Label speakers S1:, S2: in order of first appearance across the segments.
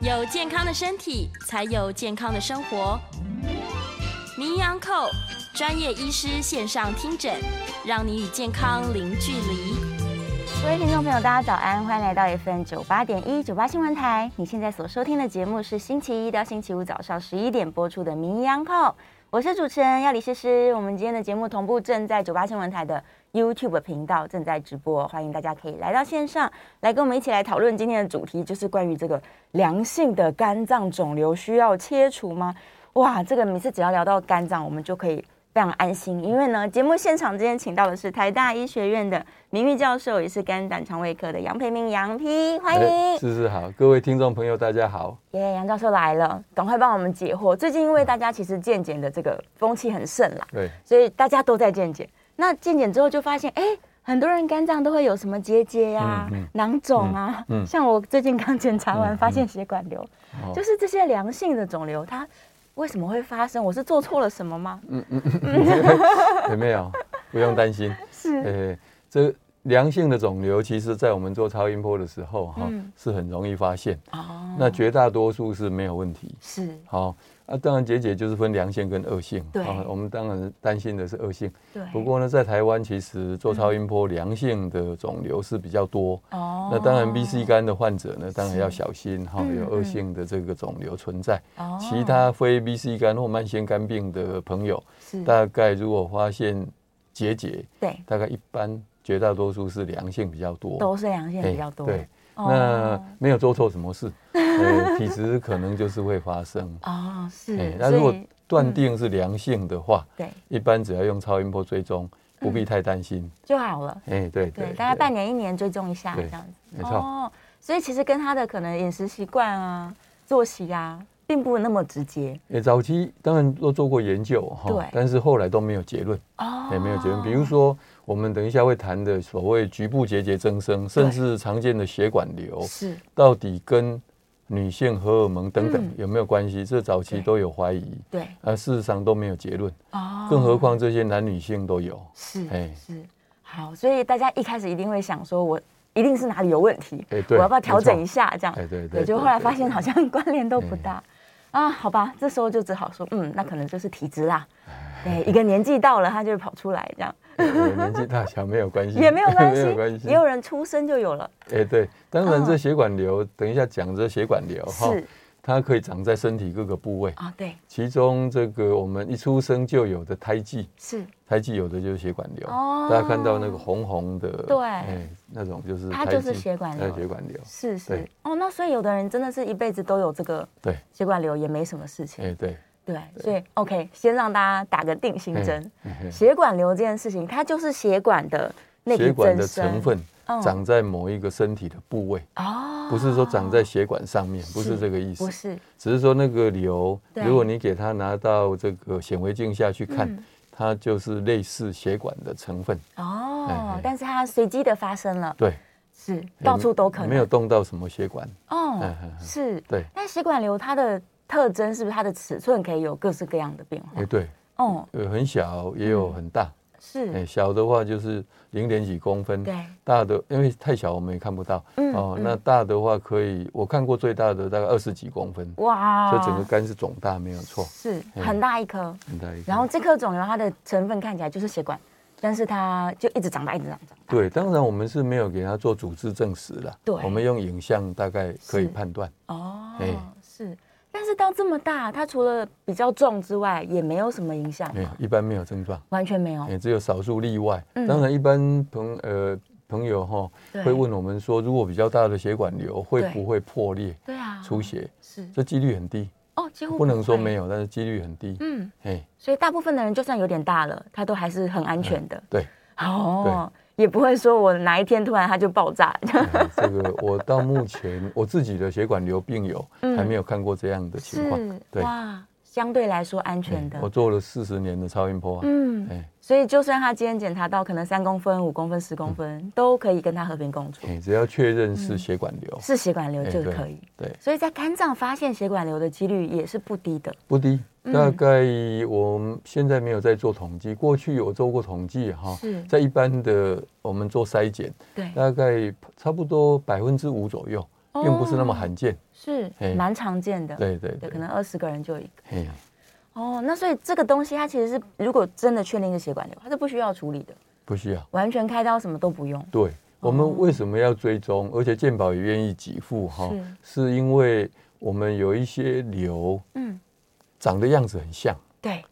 S1: 有健康的身体，才有健康的生活。名医安扣专业医师线上听诊，让你与健康零距离。
S2: 各位听众朋友，大家早安，欢迎来到 FM 九八点一九八新闻台。你现在所收听的节目是星期一到星期五早上十一点播出的《名医央叩》，我是主持人要李诗诗。我们今天的节目同步正在九八新闻台的 YouTube 频道正在直播，欢迎大家可以来到线上来跟我们一起来讨论今天的主题，就是关于这个良性的肝脏肿瘤需要切除吗？哇，这个每次只要聊到肝脏，我们就可以非常安心，因为呢，节目现场今天请到的是台大医学院的名誉教授，也是肝胆肠胃科的杨培明杨批，欢迎。
S3: 哎是是好，各位听众朋友，大家好。
S2: 耶杨教授来了，赶快帮我们解惑。最近因为大家其实健检的这个风气很盛啦，
S3: 对，
S2: 所以大家都在健检。那健检之后就发现，哎、很多人肝脏都会有什么结节呀、
S3: 嗯嗯
S2: 囊肿啊。
S3: 嗯嗯
S2: 像我最近刚检查完，
S3: 嗯嗯
S2: 发现血管瘤，
S3: 哦
S2: 就是这些良性的肿瘤，它为什么会发生？我是做错了什么吗？
S3: 嗯有没有？不用担心。
S2: 是，
S3: 呃，这良性的肿瘤，其实在我们做超音波的时候，哈、
S2: 嗯
S3: 是很容易发现。
S2: 哦，
S3: 那绝大多数是没有问题。
S2: 是，
S3: 好、那、当然结节就是分良性跟恶性。
S2: 对
S3: 啊我们当然担心的是恶性。
S2: 对。
S3: 不过呢，在台湾其实做超音波良性的肿瘤是比较多。
S2: 哦
S3: 那当然，B C 肝的患者呢，当然
S2: 是
S3: 要小心哈、
S2: 嗯
S3: 有
S2: 嗯
S3: 恶性的这个肿瘤存在。
S2: 哦
S3: 其他非 B C 肝或慢性肝病的朋友，
S2: 是，
S3: 大概如果发现结节，
S2: 对，
S3: 大概一般绝大多数是良性比较多，
S2: 都是良性
S3: 哎
S2: 比较多。
S3: 对，
S2: 哦
S3: 那没有做错什么事，呃，体质可能就是会发生。
S2: 哦，
S3: 哎
S2: 是，嗯
S3: 那
S2: 所
S3: 如果
S2: 以
S3: 断定是良性的话，
S2: 对
S3: 一般只要用超音波追踪，不必太担心。
S2: 就好了。
S3: 哎，对
S2: 嗯对，大概半年一年追踪一下这
S3: 对
S2: 样子。
S3: 没错
S2: 哦，所以其实跟他的可能饮食习惯啊、作息啊，并不那么直接。
S3: 哎，早期当然都做过研究
S2: 对
S3: 哈，但是后来都没有结论。
S2: 哦
S3: 也没有结论。比如说，我们等一下会谈的所谓局部结节增生，甚至常见的血管瘤，
S2: 是
S3: 到底跟女性荷尔蒙等等、
S2: 嗯
S3: 有没有关系？这早期
S2: 对
S3: 都有怀疑，
S2: 对
S3: 而事实上都没有结论。
S2: 哦
S3: 更何况这些男女性 都有。
S2: 是
S3: 哎
S2: 是好，所以大家一开始一定会想说，我一定是哪里有问题，
S3: 哎对
S2: 我要不要调整
S3: 没错
S2: 一下这样？
S3: 哎对对
S2: 对，
S3: 对
S2: 就后来
S3: 对
S2: 发现
S3: 对哎
S2: 好像关联都不大啊，好吧，这时候就只好说，嗯，那可能就是体质啦。
S3: 哎
S2: 对，一个年纪到了，他就会跑出来，这样
S3: 呃年纪大小没有关 系，
S2: 也没有关系，
S3: 嗯 没有关系
S2: 也。有人出生就有了，
S3: 哎，对，当然
S2: 嗯
S3: 这血管瘤，等一下讲这血管瘤哈，
S2: 是
S3: 它可以长在身体各个部位，
S2: 啊，对，
S3: 其中这个我们一出生就有的胎记，
S2: 是
S3: 胎记有的就是血管瘤，
S2: 哦
S3: 大家看到那个红红的，
S2: 对
S3: 哎那种就是
S2: 它
S3: 胎
S2: 就是
S3: 记
S2: 血管
S3: 那
S2: 瘤
S3: 血管瘤，
S2: 是是
S3: 对
S2: 哦，那所以有的人真的是一辈子都有这个
S3: 对，
S2: 血管瘤，也没什么事情。
S3: 哎对，
S2: 对，所以 OK，先让大家打个定心
S3: 哎
S2: 针。
S3: 嘿嘿
S2: 血管瘤这件事情，它就是血管的那个
S3: 血管的
S2: 增生
S3: 成分
S2: 嗯
S3: 长在某一个身体的部位，
S2: 哦，
S3: 不是说长在血管上面，不是这个意思
S2: 不，是
S3: 只是说那个瘤，
S2: 对
S3: 如果你给它拿到这个显微镜下去看
S2: 嗯，
S3: 它就是类似血管的成分，哎
S2: 哦
S3: 哎，
S2: 但是它随机的发生了，
S3: 对，
S2: 是到处都可能
S3: 没有动到什么血管，
S2: 哦
S3: 哎哎，哎
S2: 是。
S3: 对，
S2: 但血管瘤它的特征是不是它的尺寸可以有各式各样的变化
S3: 哎？对，
S2: 哦，
S3: 有很小也有很大，哎
S2: 嗯是，
S3: 小的话就是零点几公分，
S2: 对，
S3: 大的，因为太小我们也看不到。
S2: 嗯
S3: 哦，
S2: 嗯
S3: 那大的话可以，我看过最大的大概二十几公分，
S2: 哇，
S3: 所以整个肝是肿大，没有错，
S2: 是
S3: 哎
S2: 很大一颗，
S3: 很大一个。
S2: 然后这颗肿瘤它的成分看起来就是血管，但是它就一直长大，一直长大。
S3: 对，当然我们是没有给它做组织证实了，
S2: 对
S3: 我们用影像大概可以
S2: 是
S3: 判断。
S2: 哦
S3: 哎
S2: 是，但是到这么大，它除了比较重之外，也没有什么影响
S3: 没有
S2: 吗，？
S3: 一般没有症状，
S2: 完全没有。
S3: 也只有少数例外。
S2: 哦嗯
S3: 当然，一般朋呃朋友哈
S2: 对
S3: 会问我们说，如果比较大的血管瘤会
S2: 对
S3: 不会破裂
S2: 对啊，
S3: 出血？
S2: 是
S3: 这几率很低，
S2: 哦，几乎
S3: 不能说
S2: 会
S3: 没。有，但是几率很低。
S2: 嗯，
S3: 哎，
S2: 所以大部分的人就算有点大了，他都还是很安全的。
S3: 对，
S2: 哦，也不会说我哪一天突然它就爆炸。
S3: 嗯 这个我到目前我自己的血管瘤病友
S2: 嗯
S3: 还没有看过这样的情况
S1: 是。
S3: 对，
S2: 哇，相对来说安全
S3: 嗯
S2: 的。
S3: 我做了四十年的超音波啊，
S2: 嗯，
S3: 哎
S2: 所以就算他今天检查到可能三公分、五公分、十
S3: 嗯
S2: 公分，都可以跟他和平共处，
S3: 哎，只要确认
S2: 嗯
S3: 是血管瘤，
S2: 是血管瘤
S3: 哎
S2: 就
S3: 对
S2: 可以。
S3: 对，
S2: 所以在肝脏发现血管瘤的几率也是不低的。
S3: 不低。
S2: 嗯
S3: 大概我们现在没有在做统计，过去有做过统计哈
S2: 是，
S3: 在一般的我们做筛检，
S2: 对，
S3: 大概差不多百分之五左右，
S2: 哦
S3: 并不是那么罕见。
S2: 是
S3: 哎
S2: 蛮常见的。
S3: 对对
S2: 对，
S3: 对
S2: 可，能二十个人就有一个。
S3: 哎呀，
S2: 哦，那所以这个东西它其实是，如果真的确定是血管瘤，它是不需要处理的，
S3: 不需要。
S2: 完全开刀什么都不用。
S3: 对，我们为什么要追踪？而且健保也愿意给付哈，是因为我们有一些瘤
S2: 嗯，
S3: 长的样子很像
S2: 对，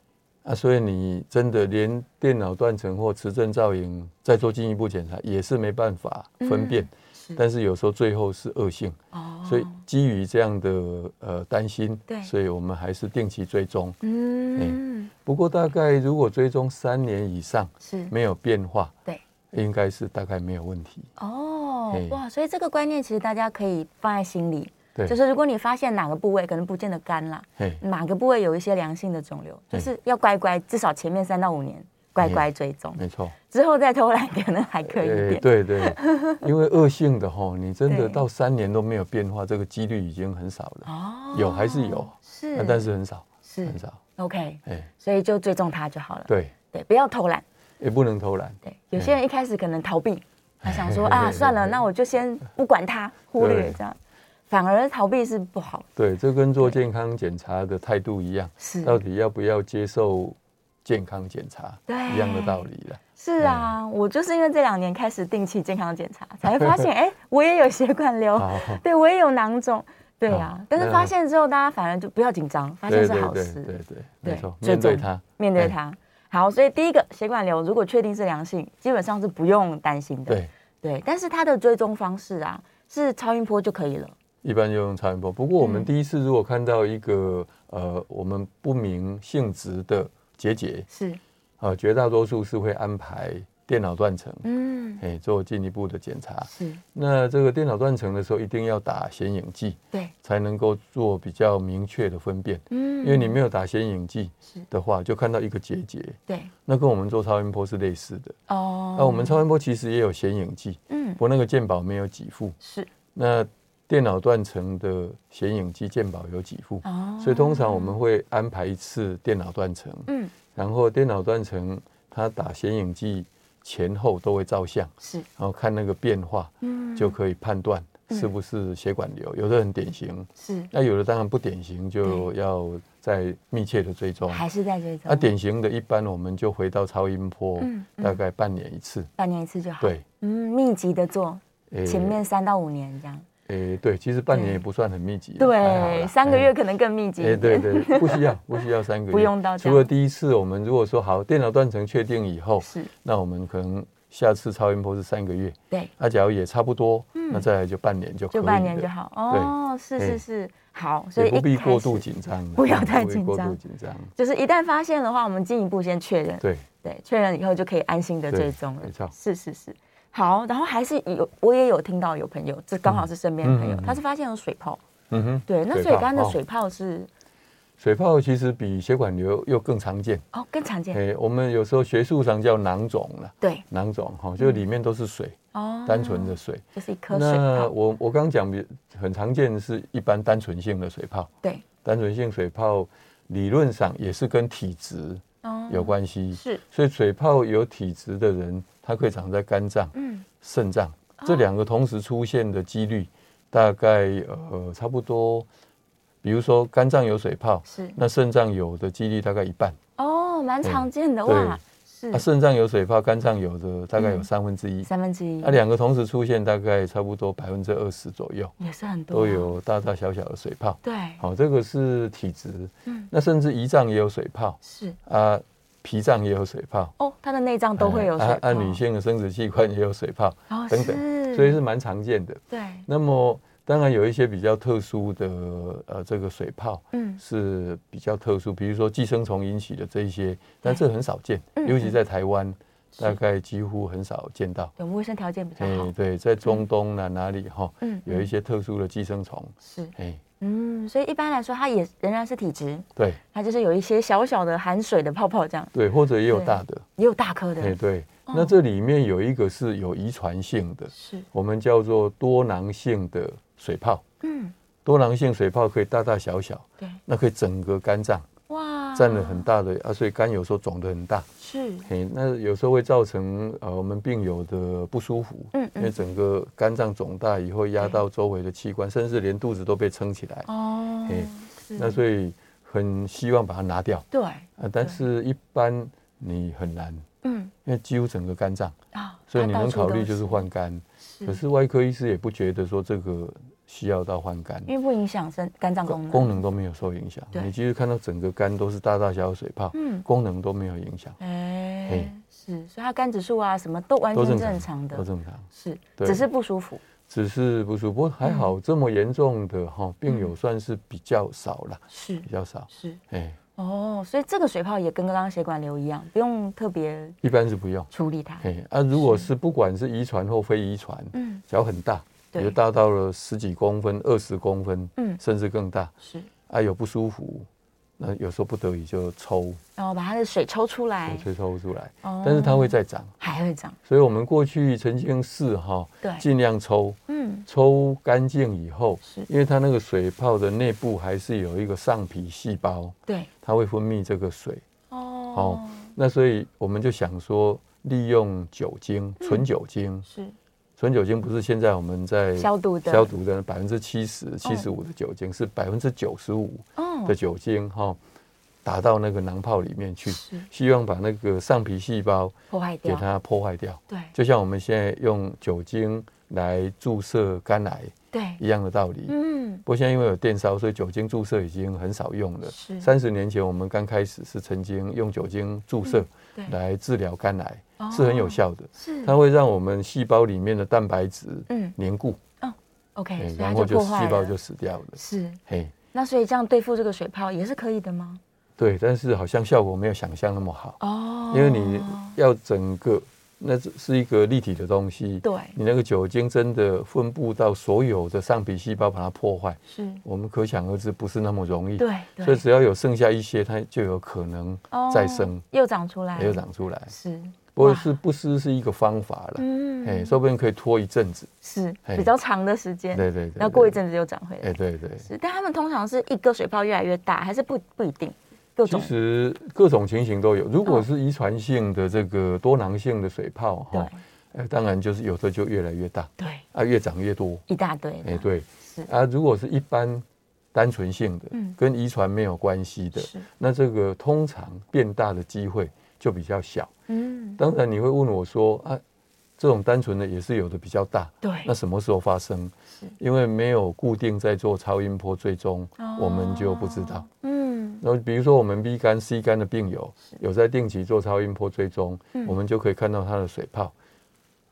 S3: 啊，所以你真的连电脑断层或磁振造影再做进一步检查也是没办法分辨。
S2: 嗯是
S3: 但是有时候最后是恶性，
S2: 哦
S3: 所以基于这样的呃担心，
S2: 对
S3: 所以我们还是定期追踪。
S2: 嗯，
S3: 不过大概如果追踪三年以上
S2: 是
S3: 没有变化，
S2: 对。
S3: 应该是大概没有问题。
S2: 哦
S3: 嘿，
S2: 哇，所以这个观念其实大家可以放在心里，
S3: 对，
S2: 就是如果你发现哪个部位可能不见得干啦，
S3: 嘿
S2: 哪个部位有一些良性的肿瘤，就
S3: 对
S2: 是要乖乖，至少前面三到五年乖乖追踪，
S3: 没错。
S2: 之后再偷懒可能还可以一
S3: 诶
S2: 点。
S3: 对对， 因为恶性的吼，你真
S2: 对
S3: 的到三年都没有变化，这个几率已经很少了。
S2: 哦
S3: 有还是有
S2: 是
S3: 那，但是很少，
S2: 是
S3: 很少。
S2: OK，
S3: 哎，
S2: 所以就追踪它就好了。
S3: 对，
S2: 对，不要偷懒。
S3: 也不能偷懒。
S2: 对，有些人一开始可能逃避，他想 说啊，
S3: 对
S2: 算了，那我就先不管它，忽略
S3: 对
S2: 这样，反而逃避是不好的。
S3: 对，这跟做健康检查的态度一样，
S2: 是
S3: 到底要不要接受健康检查，
S2: 对
S3: 一样的道理了。
S2: 是啊，
S3: 嗯
S2: 我就是因为这两年开始定期健康检查，才发现哎、我也有血管 瘤，
S3: 好，
S2: 对我也有囊肿，对啊。
S3: 好
S2: 但是发现之后，大家反而就不要紧张，发现
S3: 对
S2: 是
S3: 对
S2: 好
S3: 对
S2: 事，
S3: 对对，
S2: 对
S3: 没错，
S2: 追
S3: 面对
S2: 踪
S3: 它，
S2: 面对
S3: 哎
S2: 它。好，所以第一个血管瘤如果确定是良性，基本上是不用担心的。
S3: 对，
S2: 对，但是它的追踪方式啊，是超音波就可以了。
S3: 一般就用超音波。不过我
S2: 嗯
S3: 们第一次如果看到一个呃，我们不明性质的结节，
S2: 是，
S3: 呃，绝大多数是会安排电脑断层，
S2: 嗯，
S3: 哎，做进一步的检查。
S2: 是
S3: 那这个电脑断层的时候，一定要打显影剂，
S2: 对，
S3: 才能够做比较明确的分辨。
S2: 嗯
S3: 因为你没有打显影剂
S2: 是
S3: 的话，就看到一个结节，
S2: 对
S3: 那跟我们做超音波是类似的。
S2: 哦，
S3: 那我们超音波其实也有显影剂，
S2: 嗯
S3: 不过那个健保没有给付。
S2: 是
S3: 那电脑断层的显影剂健保有给付，
S2: 哦，
S3: 所以通常我们会安排一次电脑断层，
S2: 嗯
S3: 然后电脑断层它打显影剂前后都会照相，
S2: 是
S3: 然后看那个变化，
S2: 嗯
S3: 就可以判断是不是血管瘤。有的很典型，
S2: 是
S3: 那有的当然不典型，就要再密切的追踪。
S2: 还是在追踪，
S3: 那典型的，一般我们就回到超音波
S2: 嗯，嗯
S3: 大概半年一次。
S2: 半年一次就好。，
S3: 对，
S2: 嗯，密集的做，
S3: 诶
S2: 前面三到五年这样。
S3: 诶，对，其实半年
S2: 对
S3: 也不算很密集，啊还好
S2: 对，
S3: 啦
S2: 三个月
S3: 诶
S2: 可能更密集一
S3: 哎、
S2: 点。
S3: 对对，不需要，不需要三个月，
S2: 不用到这样
S3: 除了第一次，我们如果说好，电脑断层确定以后，
S2: 是，
S3: 那我们可能下次超音波是三个月，
S2: 对，
S3: 那、假如也差不多，那再来就半年就
S2: 嗯
S3: 可以
S2: 就
S3: 了
S2: 半年就，好。哦，是
S3: 哎
S2: 是是，好，所以
S3: 也不
S2: 一
S3: 必
S2: 开
S3: 过度
S2: 始
S3: 紧张 了，
S2: 不要
S3: 嗯
S2: 太
S3: 必
S2: 紧
S3: 过
S2: 张
S3: 度紧张，
S2: 就是一旦发现的话，我们进一步先确认，
S3: 对，
S2: 对，确认以后就可以安心的
S3: 对
S2: 追踪了。
S3: 没错
S2: 是是是。好，然后还是有，我也有听到有朋友，这刚好是身边的朋友，
S3: 嗯嗯嗯
S2: 他是发现有水泡，
S3: 嗯哼，
S2: 对，那
S3: 水
S2: 所以
S3: 泡
S2: 肝的
S3: 哦
S2: 水泡是
S3: 水泡其实比血管瘤又更常见，
S2: 哦更常
S3: 哎、
S2: 见，
S3: 我们有时候学术上叫囊肿了，
S2: 对，
S3: 囊肿哈，就里面都是水，
S2: 嗯哦，
S3: 单纯的水。
S2: 就是一颗水
S3: 那
S2: 泡，
S3: 我我刚讲比很常见的是一般单纯性的水泡，
S2: 对，
S3: 单纯性水泡理论上也是跟体质
S2: 哦
S3: 有关系，
S2: 是，
S3: 所以水泡有体质的人，它可以长在肝脏、
S2: 嗯，
S3: 肾脏
S2: 哦
S3: 这两个同时出现的几率，大概呃差不多，比如说肝脏有水泡，
S2: 是，
S3: 那肾脏有的几率大概一半，
S2: 哦，蛮常见的
S3: 对啊
S2: 哇，是
S3: 那肾脏有水泡，肝脏有的大概有
S2: 嗯
S3: 三分之一，
S2: 三分之一
S3: 那，两个同时出现，大概差不多百分之二十左右，
S2: 也是很多，啊
S3: 都，有大大小小的水泡。
S2: 对，
S3: 好，这个是体质，
S2: 嗯
S3: 那甚至胰脏也有水泡
S2: 是，
S3: 啊，脾脏也有水泡，
S2: 哦，他的内脏都会有水
S3: 啊
S2: 泡，
S3: 啊女性的生殖器官也有水泡，
S2: 哦
S3: 等
S2: 是
S3: 等，所以是蛮常见的。
S2: 对，
S3: 那么当然有一些比较特殊的呃这个水泡
S2: 嗯，
S3: 是比较特殊，比如说寄生虫引起的这一些，但这很少见
S2: 嗯，
S3: 尤其在台湾大概几乎很少见到。哎
S2: 我们卫生条件比较好，
S3: 对，在中东呢哪里哈，
S2: 嗯
S3: 有一些特殊的寄生虫，
S2: 是，
S3: 哎，
S2: 嗯，所以一般来说，它也仍然是体质，
S3: 对
S2: 它就是有一些小小的含水的泡泡这样，
S3: 对，或者也有
S2: 对
S3: 大的，
S2: 也有大颗
S3: 哎
S2: 的，
S3: 对。
S2: 嗯
S3: 那这里面有一个是有遗传性的，
S2: 是，
S3: 我们叫做多囊性的水泡。
S2: 嗯，
S3: 多囊性水泡可以大大小小，
S2: 对，
S3: 那可以整个肝脏
S2: 哇，
S3: 占了很大的啊，所以肝有时候肿得很大，
S2: 是，
S3: 嘿，那有时候会造成呃我们病友的不舒服，
S2: 嗯
S3: 因为
S2: 嗯
S3: 整个肝脏肿大以后压到周围的器官，甚至连肚子都被撑起来，
S2: 哦
S3: 嘿，
S2: 是
S3: 那所以很希望把它拿掉
S2: 对，
S3: 啊，但是一般你很难，
S2: 嗯
S3: 因为几乎整个肝脏，
S2: 啊，
S3: 所以
S2: 它
S3: 你
S2: 到
S3: 能
S2: 处
S3: 考
S2: 都
S3: 虑就是换肝，
S2: 是，
S3: 可是外科医师也不觉得说这个需要到换肝，
S2: 因为不影响身肝脏功
S3: 功
S2: 能，
S3: 功能都没有受影响。
S2: 对
S3: 你其实看到整个肝都是大大小小水泡，
S2: 嗯
S3: 功能都没有影响，
S2: 哎
S3: 嘿，
S2: 是，所以它肝指数啊什么都完
S3: 都
S2: 全
S3: 正
S2: 正常
S3: 都
S2: 的，
S3: 正常，
S2: 是，
S3: 对
S2: 只是不舒服，
S3: 只是不舒服。不过还
S2: 嗯
S3: 好，这么严重的哈病友算是比较少了，
S2: 是
S3: 比较少。
S2: 嗯是，
S3: 哎，
S2: 哦，所以这个水泡也跟刚刚血管瘤一样，不用特别
S3: 一般是不用。
S2: 处理它，
S3: 哎，啊，如果是不管是遗传或非遗传，
S2: 嗯
S3: 脚很大，
S2: 对
S3: 也就大到了十几公分、二十公分，
S2: 嗯
S3: 甚至更大。
S2: 是，
S3: 啊，有不舒服，那有时候不得已就抽，
S2: 然后把它的水抽出来，
S3: 就抽出来，
S2: 哎哦
S3: 但是它会再长。
S2: 还会长，
S3: 所以我们过去曾经试哈，
S2: 对
S3: 尽量抽，
S2: 嗯
S3: 抽干净以后
S2: 是，
S3: 因为它那个水泡的内部还是有一个上皮细胞，
S2: 对，
S3: 它会分泌这个水。
S2: 哦，
S3: 那所以我们就想说，利用酒精，
S2: 嗯
S3: 纯酒精，
S2: 是
S3: 纯酒精不是现在我们在
S2: 消毒的
S3: 消毒的百分之七十、七十五的酒精，是百分之九十五
S2: 哦
S3: 的酒精哈、打到那个囊泡里面去，
S2: 是
S3: 希望把那个上皮细胞
S2: 破坏
S3: 给
S2: 掉，
S3: 它破坏掉。
S2: 对
S3: 就像我们现在用酒精来注射肝癌
S2: 对，
S3: 一样的道理。
S2: 嗯
S3: 不过现在因为有电烧，所以酒精注射已经很少用了。
S2: 是
S3: 三十年前我们刚开始是曾经用酒精注射
S2: 对，
S3: 来治疗肝癌，
S2: 嗯哦
S3: 是很有效的。
S2: 是
S3: 它会让我们细胞里面的蛋白质
S2: 嗯
S3: 凝固，
S2: OK，
S3: 哎
S2: 所以它
S3: 然
S2: 就
S3: 后就
S2: 破
S3: 细
S2: 坏
S3: 胞
S2: 了
S3: 就死掉了。
S2: 是，
S3: 嘿，
S2: 那所以这样对付这个水泡也是可以的吗？
S3: 对，但是好像效果没有想象那么好，
S2: 哦，
S3: 因为你要整个那是是一个立体的东西，
S2: 对
S3: 你那个酒精真的分布到所有的上皮细胞，把它破坏，
S2: 是
S3: 我们可想而知不是那么容易。，
S2: 对对，
S3: 所以只要有剩下一些，它就有可能
S2: 哦
S3: 再生，
S2: 又长出来，
S3: 也有长出来。
S2: 哎是，
S3: 不过
S2: 哇
S3: 是不失是一个方法了，
S2: 嗯
S3: 哎，说不定可以拖一阵子。
S2: 是
S3: 嘿
S2: 比较长的时间，
S3: 对对对，
S2: 然后过一，阵子又长回
S3: 哎，
S2: 来，
S3: 对对。
S2: 是，但他们通常是一个水泡越来越大，还是不不一定，各
S3: 其
S2: 种
S3: 实各种情形都有，如
S2: 哦
S3: 果是遗传性的这个多囊性的水泡
S2: 对
S3: 哈，呃，当然就是有的就越来越大，
S2: 对
S3: 啊，越长越多，
S2: 一大堆，
S3: 哎，，对
S2: 是，
S3: 啊，如果是一般单纯性的
S2: 嗯，
S3: 跟遗传没有关系的，
S2: 是，
S3: 那这个通常变大的机会就比较小。
S2: 嗯，
S3: 当然你会问我说啊，这种单纯的也是有的比较大，
S2: 对
S3: 那什么时候发生
S2: 是？
S3: 因为没有固定在做超音波追踪
S2: 哦，
S3: 我们就不知道。
S2: 嗯，
S3: 那比如说我们 B 肝、C 肝的病友有在定期做超音波追踪，
S2: 嗯
S3: 我们就可以看到它的水泡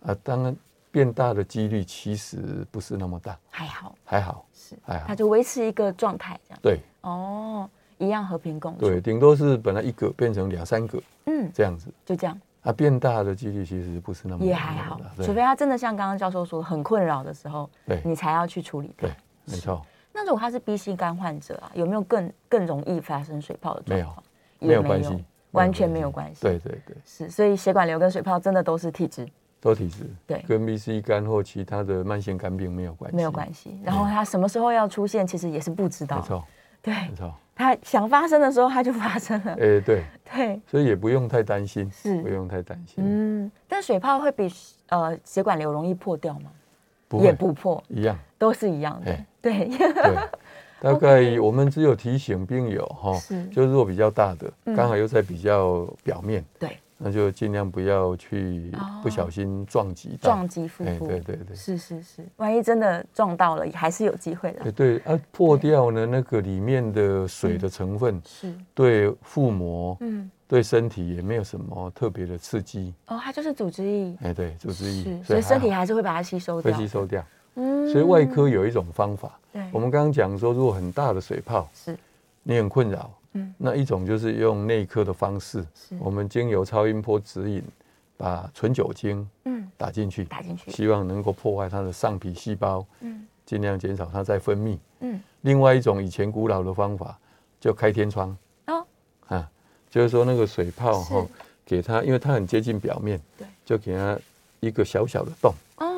S3: 啊，当然变大的几率其实不是那么大，
S2: 还好
S3: 还好，
S2: 是，
S3: 还好
S2: 它就维持一个状态这样，
S3: 对
S2: 哦，一样和平共处，
S3: 对，顶多是本来一个变成两三个
S2: 嗯，
S3: 这样子，
S2: 就这样。
S3: 啊，变大的几率其实不是那么
S2: 也还好
S3: 那么，大
S2: 除非
S3: 嗯对
S2: 他真的像刚刚教授说很困扰的时候，
S3: 对
S2: 你才要去处理它
S3: 对。，没错，
S2: 那如果他是 B C 肝患者啊，有没有更更容易发生水泡的状况？也
S3: 没有关系，
S2: 完全没有关系。
S3: 对，嗯对对，
S2: 是，所以血管瘤跟水泡真的都是体质，
S3: 多体质，
S2: 对
S3: 跟 B、C 肝或其他的慢性肝病没有关系，
S2: 没有关系。哦然后他什么时候要出现，其实也是不知
S3: 没
S2: 道。
S3: 错，
S2: 对，
S3: 没错，
S2: 他想发生的时候他就发生了。
S3: 哎， 对，
S2: 对，
S3: 所以也不用太担心，
S2: 是
S3: 不用太担心，
S2: 嗯，但水泡会比呃血管瘤容易破掉吗？
S3: 不
S2: 也
S3: 会
S2: 不破，
S3: 一样，
S2: 都是一样的
S3: 哎。
S2: 对，
S3: 对，大概我们只有提醒病友哈
S2: 是，
S3: 就如果比较大的，
S2: 嗯
S3: 刚好又在比较表面，
S2: 对，
S3: 那就尽量不要去
S2: 哦
S3: 不小心撞击到，
S2: 撞击腹
S3: 哎，
S2: 部。
S3: 对对对。
S2: 是是是，万一真的撞到了，还是有机会
S3: 哎
S2: 的。
S3: 对啊，破掉呢，那个里面的水的成分
S2: 是，
S3: 对腹膜、
S2: 嗯，
S3: 对身体也没有什么特别的刺激，
S2: 哦，它就是组织液，
S3: 哎，对，组织液
S2: 是，，所以身体
S3: 还
S2: 还是会把它吸收
S3: 好会
S2: 掉。
S3: 吸收掉。
S2: 嗯
S3: 所以外科有一种方法，
S2: 对，
S3: 我们刚刚讲说，如果很大的水泡，
S2: 是
S3: 你很困扰，
S2: 嗯
S3: 那一种就是用内科的方式
S2: 是，
S3: 我们经由超音波指引，把纯酒精
S2: 嗯，
S3: 打进去，
S2: 打进去，
S3: 希望能够破坏它的上皮细胞，
S2: 嗯
S3: 尽量减少它再分泌。
S2: 嗯，
S3: 另外一种以前古老的方法叫开天窗
S2: 哦，
S3: 啊，就是说那个水泡
S2: 是
S3: 哈、哦，给它，因为它很接近表面，
S2: 对，
S3: 就给它一个小小的洞，
S2: 哦，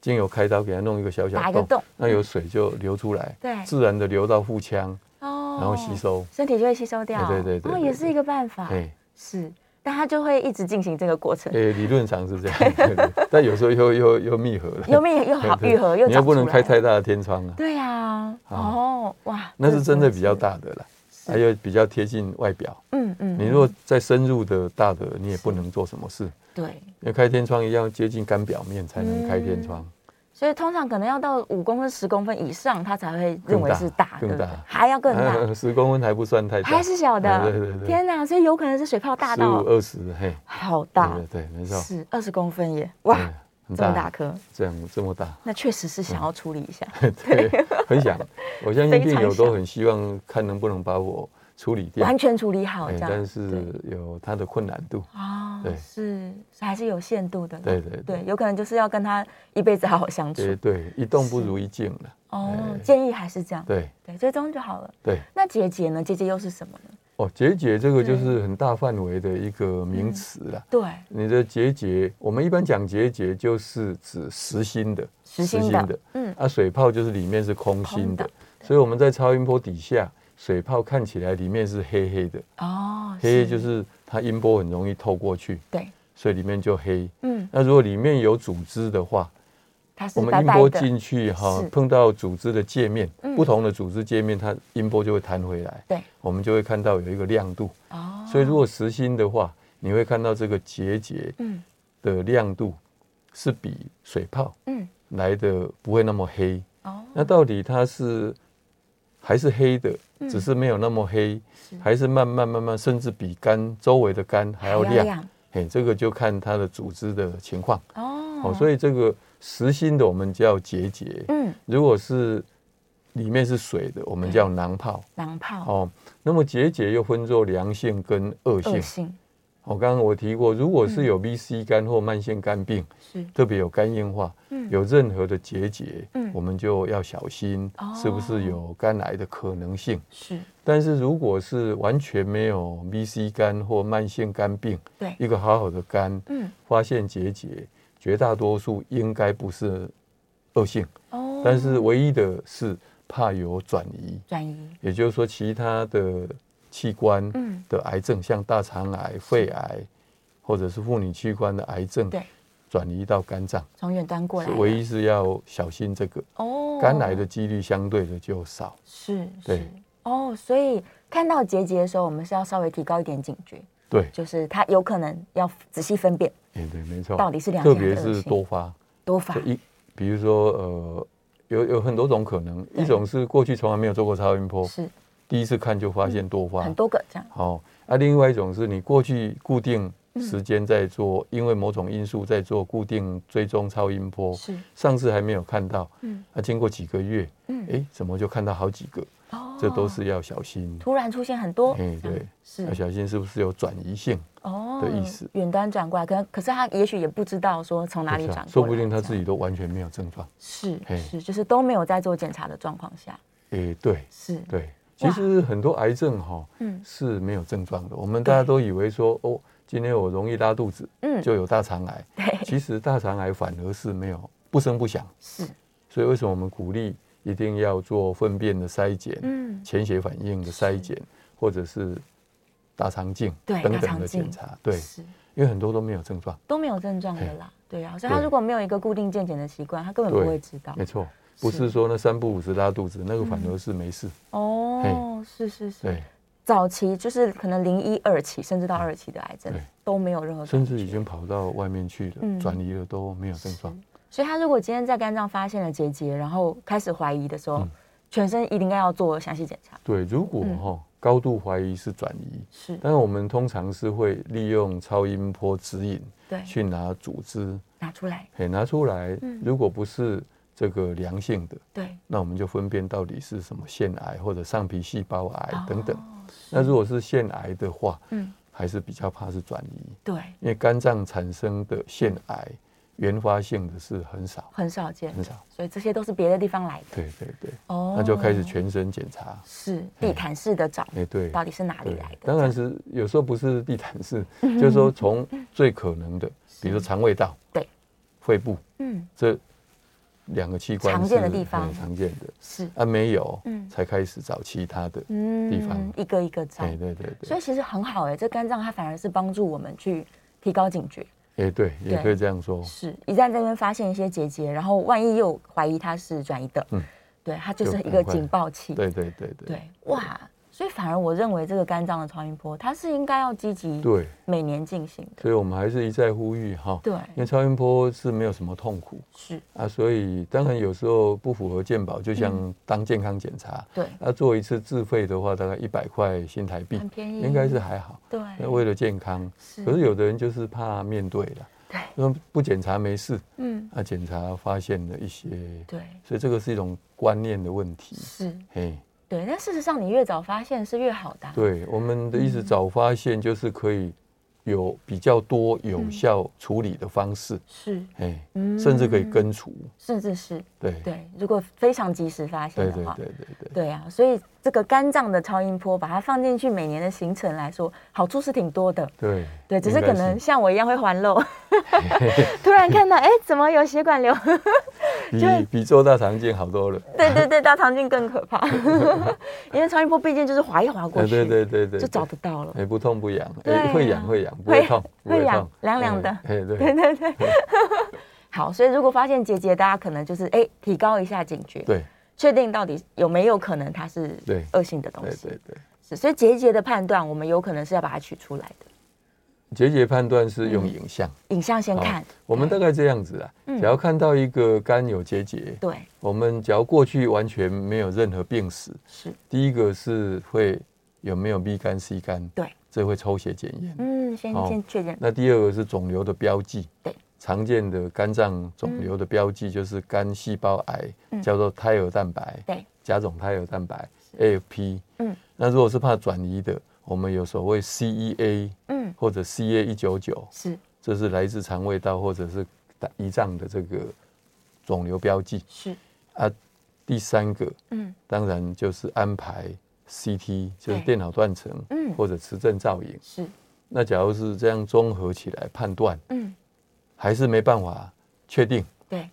S3: 经由开刀给它弄一个小小
S2: 打
S3: 的
S2: 一个
S3: 洞，
S2: 洞，
S3: 那有水就流出来，
S2: 对
S3: 自然的流到腹腔，
S2: 哦，
S3: 然后吸，收，哎
S2: 身体就会吸收掉，
S3: 对对对对
S2: 哦，
S3: 对
S2: 也是一个办法，
S3: 哎、
S2: 是，但它就会一直进行这个过程，
S3: 哎，理论上是这样，对对但有时候又又又密合了，
S2: 又密又好
S3: 对对
S2: 愈合，又
S3: 你
S2: 长
S3: 又不能
S2: 出来
S3: 开太大的天窗啊，
S2: 对呀，
S3: 啊
S2: 哦，哇，
S3: 那是真的
S2: 是
S3: 比较，大的了，还有比较贴近外表。
S2: 嗯嗯，
S3: 你如果再深入的大的，你也不能做什么事，
S2: 对，
S3: 因为开天窗一样接近肝表面才能开天窗。
S2: 所以通常可能要到五公分、十公分以上，它才会认为是大，
S3: 更
S2: 对不嗯对
S3: 大更大
S2: 还要更 大，
S3: 十公分还不算太大，
S2: 还是小的，
S3: 对对对对
S2: 天哪，所以有可能是水泡大
S3: 十五
S2: 到
S3: 二十，嘿，
S2: 好
S3: 对
S2: 大，
S3: 对对，没错，
S2: 是二十公分耶，哇，
S3: 嗯很
S2: 这么大，颗，
S3: 这样这么大，
S2: 那确实是想要处理一
S3: 嗯
S2: 下，
S3: 对，很想，我相
S2: 非
S3: 信
S2: 常
S3: 病友都
S2: 想
S3: 很希望看能不能把我处理 掉，
S2: 完全处理好
S3: 哎
S2: 这样，
S3: 但
S2: 对
S3: 是有它的困难度，
S2: 哦，
S3: 对
S2: 是是还是有限度的啦，
S3: 对对
S2: 对，
S3: 对
S2: 有可能就是要跟他一辈子好好相处，
S3: 对对，一动不如一静了，
S2: 哦
S3: 哎，
S2: 建议还是这样，
S3: 对
S2: 对，追踪就好了。
S3: 对。
S2: 那结节呢？结节又是什么呢？
S3: 哦，结节这个就
S2: 对
S3: 是很大范围的一个名词啦。
S2: 对，
S3: 你的结节，我们一般讲结节就是指实心的，
S2: 实心的，嗯，
S3: 啊，水泡就是里面是空心
S2: 空
S3: 的
S2: 的，
S3: 所以我们在超音波底下，水泡看起来里面是黑黑的，
S2: 哦，
S3: 黑黑就是它音波很容易透过去，
S2: 对，
S3: 所以里面就黑。
S2: 嗯，
S3: 那如果里面有组织的话，
S2: 它是
S3: 我们
S2: 白
S3: 音
S2: 白
S3: 波
S2: 的，
S3: 进去哈
S2: 是，
S3: 碰到组织的界面
S2: 嗯，
S3: 不同的组织界面，它音波就会弹回来，
S2: 对，
S3: 我们就会看到有一个亮度。
S2: 哦，
S3: 所以如果实心的话，你会看到这个结节
S2: 嗯
S3: 的亮度是比水泡
S2: 嗯，
S3: 来的不会那么黑。
S2: 哦，
S3: 那到底它是还是黑的，
S2: 嗯
S3: 只是没有那么黑
S2: 是，
S3: 还是慢慢慢慢，甚至比肝周围的肝还要亮？，嘿，这个就看它的组织的情况。
S2: 哦
S3: 哦，，所
S2: 以，
S3: 以这个实心的我们叫结节，
S2: 嗯，
S3: 如果是里面是水的，我们叫囊泡。
S2: 囊泡，
S3: 哦，那么结节又分作良性跟恶性
S2: 恶。性嗯
S3: 哦，刚刚我提过，如果是有 VC 肝或慢性肝病，
S2: 是，
S3: 特别有肝硬化，
S2: 嗯
S3: 有任何的结节，
S2: 嗯
S3: 我们就要小心
S2: 哦，
S3: 是不是有肝癌的可能性？
S2: 是，
S3: 但是如果是完全没有 VC 肝或慢性肝病，
S2: 对，
S3: 一个好好的肝
S2: 嗯，
S3: 发现结节，绝大多数应该不是恶性，
S2: 哦，
S3: 但是唯一的是怕有转移，
S2: 转移，
S3: 也就是说其他的器官
S2: 嗯
S3: 的癌症，像大肠癌、肺癌，或者是妇女器官的癌症，
S2: 对，
S3: 转移到肝脏，
S2: 从远端过来
S3: 是
S2: 的，
S3: 唯一是要小心这个。
S2: 哦，
S3: 肝癌的几率相对的就少，
S2: 是，
S3: 对
S2: 是，哦，所以看到结节的时候，我们是要稍微提高一点警觉，
S3: 对，
S2: 就是它有可能要仔细分辨
S3: 哎对，没错。
S2: 到底是良性
S3: 特
S2: 还是
S3: 别
S2: 恶
S3: 是
S2: 性啊
S3: 多发，
S2: 多发
S3: 就，一，比如说呃，有有很多种可能，
S2: 对
S3: 一种是过去从来没有做过超音波，
S2: 是
S3: 第一次看就发现多发
S2: 嗯很，多个这样，
S3: 好、啊，另外一种是你过去固定时间在做，
S2: 嗯
S3: 因为某种因素在做固定追踪超音波，
S2: 是，
S3: 上次还没有看到，
S2: 嗯
S3: 啊，经过几个月，
S2: 嗯，
S3: 哎，怎么就看到好几个？
S2: 哦
S3: 这都是要小心，
S2: 突然出现很多，
S3: 哎，
S2: 这样
S3: 对，要
S2: 是
S3: 小心是不是有转移性？
S2: 哦
S3: 的意思
S2: 远端转过来，可可是他也许也不知道说从哪里
S3: 是啊
S2: 转过来，
S3: 说不定他
S2: 这
S3: 自
S2: 样
S3: 己都完全没有症状。
S2: 是
S3: 嘿
S2: 是就是都没有在做检查的状况下，
S3: 诶，对
S2: 是，
S3: 对，
S2: 哇
S3: 其实很多癌症哈、
S2: 嗯
S3: 是没有症状的，我们大家都以为说哦，今天我容易拉肚子
S2: 嗯，
S3: 就有大肠癌，
S2: 对，
S3: 其实大肠癌反而是没有不声不响，
S2: 是，嗯
S3: 所以为什么我们鼓励一定要做粪便的筛检、
S2: 嗯，
S3: 潜血反应的筛检，或者是大肠镜
S2: 对
S3: 等
S2: 大
S3: 等
S2: 肠
S3: 的
S2: 镜
S3: 检查，对，
S2: 是
S3: 因为很多都没有症状，
S2: 都没有症状的啦，对啊，所以他
S3: 对
S2: 如果没有一个固定健检的习惯，他根本
S3: 对
S2: 不会知道
S3: 没，错，不
S2: 是
S3: 是说那三不五时拉肚子，那个反
S2: 嗯
S3: 而是没事，
S2: 哦，是是是
S3: 对，，
S2: 早期就是可能零一二期甚至到二期的癌症
S3: 对
S2: 都没有任何感觉，
S3: 甚至已经跑到外面去
S2: 嗯
S3: 了，转移了都没有症状。
S2: 所以他如果今天在肝脏发现了结节，然后开始怀疑的时候，
S3: 嗯
S2: 全身一定要做详细检查。
S3: 对，如果哈、
S2: 嗯
S3: 高度怀疑是转移，
S2: 是，
S3: 但是我们通常是会利用超音波指引
S2: 对，
S3: 去拿组织，
S2: 拿出来，
S3: 嘿，拿出来
S2: 嗯，
S3: 如果不是这个良性的，
S2: 对，
S3: 那我们就分辨到底是什么腺癌或者上皮细胞癌等等。
S2: 哦
S3: 那如果是腺癌的话，
S2: 嗯，
S3: 还是比较怕是转移，
S2: 对，
S3: 因为肝脏产生的腺癌原发性的是很少
S2: 很少见，
S3: 很少。
S2: 所以这些都是别的地方来的。
S3: 对对对，
S2: 哦
S3: 那就开始全身检查。
S2: 是地毯式的找，
S3: 哎，对，
S2: 哦到底是哪里
S3: 对
S2: 来的？
S3: 当然是有时候不是地毯 式，就是说从最可能的，比如说肠胃道、
S2: 对，
S3: 肺部
S2: 嗯，
S3: 这两个器官
S2: 常见的
S3: 是
S2: 地方
S3: 很常见的。
S2: 是，
S3: 啊，没有，
S2: 嗯
S3: 才开始找其他的。
S2: 嗯
S3: 地方
S2: 一个一个找，
S3: 对对对对，
S2: 所以其实很好哎、这肝脏它反而是帮助我们去提高警觉，
S3: 也哎对，也
S2: 对
S3: 可以这样说。
S2: 是一旦这边发现一些结节，然后万一又怀疑它是转移的，嗯
S3: 嗯，
S2: 对，它就是
S3: 就
S2: 一
S3: 赶
S2: 个
S3: 快
S2: 警报器，
S3: 对对对对
S2: 对，哇，所以反而我认为这个肝脏的超音波，它是应该要积极，
S3: 对，
S2: 每年进行的，
S3: 所以我们还是一再呼吁哈，
S2: 对
S3: 因为超音波是没有什么痛苦
S2: 是，
S3: 啊，所以当然有时候不符合健保，就
S2: 嗯
S3: 像当健康检查，
S2: 对，
S3: 那、做一次自费的话，大概一百块新台币，
S2: 很便宜
S3: 应该是还好。
S2: 对，
S3: 那为了健康，
S2: 是
S3: 可是有的人就是怕面对了，
S2: 对，
S3: 说不检查没事，
S2: 嗯，
S3: 啊，检查发现了一些，
S2: 对，
S3: 所以这个是一种观念的问题。
S2: 是，
S3: 嘿，
S2: 对，但事实上你越早发现是越好的啊、
S3: 对，我们的意思早发现就是可以有比较多有效处理的方式，
S2: 是，
S3: 哎、
S2: 嗯
S3: 甚至可以根除。
S2: 甚至是
S3: 对
S2: 对，如果非常及时发现
S3: 对
S2: 的
S3: 对
S2: 话，
S3: 对对对
S2: 对啊，所以这个肝脏的超音波把它放进去，每年的行程来说，好处是挺多的。
S3: 对
S2: 对，只是
S3: 应该
S2: 可能像我一样会环 漏，突然看到哎、怎么有血管瘤？
S3: 比比周大肠镜好多了。
S2: 对对对，大肠镜更可 怕，因为超音波毕竟就是划一划过
S3: 对
S2: 去，
S3: 对对对对，
S2: 就找
S3: 对
S2: 得到了。
S3: 哎，不痛不痒，
S2: 对
S3: 哎，
S2: 啊
S3: 会痒会痒，不
S2: 会
S3: 会痛，不
S2: 会
S3: 会
S2: 痒
S3: 痛，
S2: 凉凉的
S3: 哎哎，
S2: 对
S3: 对
S2: 对对，好，所以如果发现结节，大家可能就是哎、提高一下警觉，
S3: 对
S2: 确定到底有没有可能它是
S3: 对
S2: 恶性的东
S3: 对
S2: 西
S3: 对。对。
S2: 是，所以结节的判断，我们有可能是要把它取出来的，
S3: 结节判断是用影像，
S2: 影像先
S3: 好
S2: 看。
S3: 我们大概这样子啊，
S2: 嗯
S3: 只要看到一个肝有结节，
S2: 对，
S3: 我们只要过去完全没有任何病史，
S2: 是，
S3: 第一个是会有没有 B 肝 C 肝，
S2: 对，
S3: 这会抽血检验。
S2: 嗯，先
S3: 好
S2: 先确认，
S3: 那第二个是肿瘤的标记，
S2: 对，嗯
S3: 常见的肝脏肿瘤的标记就是肝细胞癌，叫做胎儿蛋白，
S2: 对，
S3: 甲种胎儿蛋白 AFP。
S2: 嗯，
S3: 那如果是怕转移的，我们有所谓 CEA
S2: 嗯，
S3: 或者 CA 一九九，
S2: 是
S3: 这是来自肠胃道或者是胰脏的这个肿瘤标记
S2: 是，
S3: 啊。第三个
S2: 嗯
S3: 当然就是安排 CT，就
S2: 对
S3: 是电脑断层，
S2: 嗯
S3: 或者磁振造影。
S2: 是，
S3: 那假如是这样综合起来判断，
S2: 嗯
S3: 还是没办法确定，
S2: 对，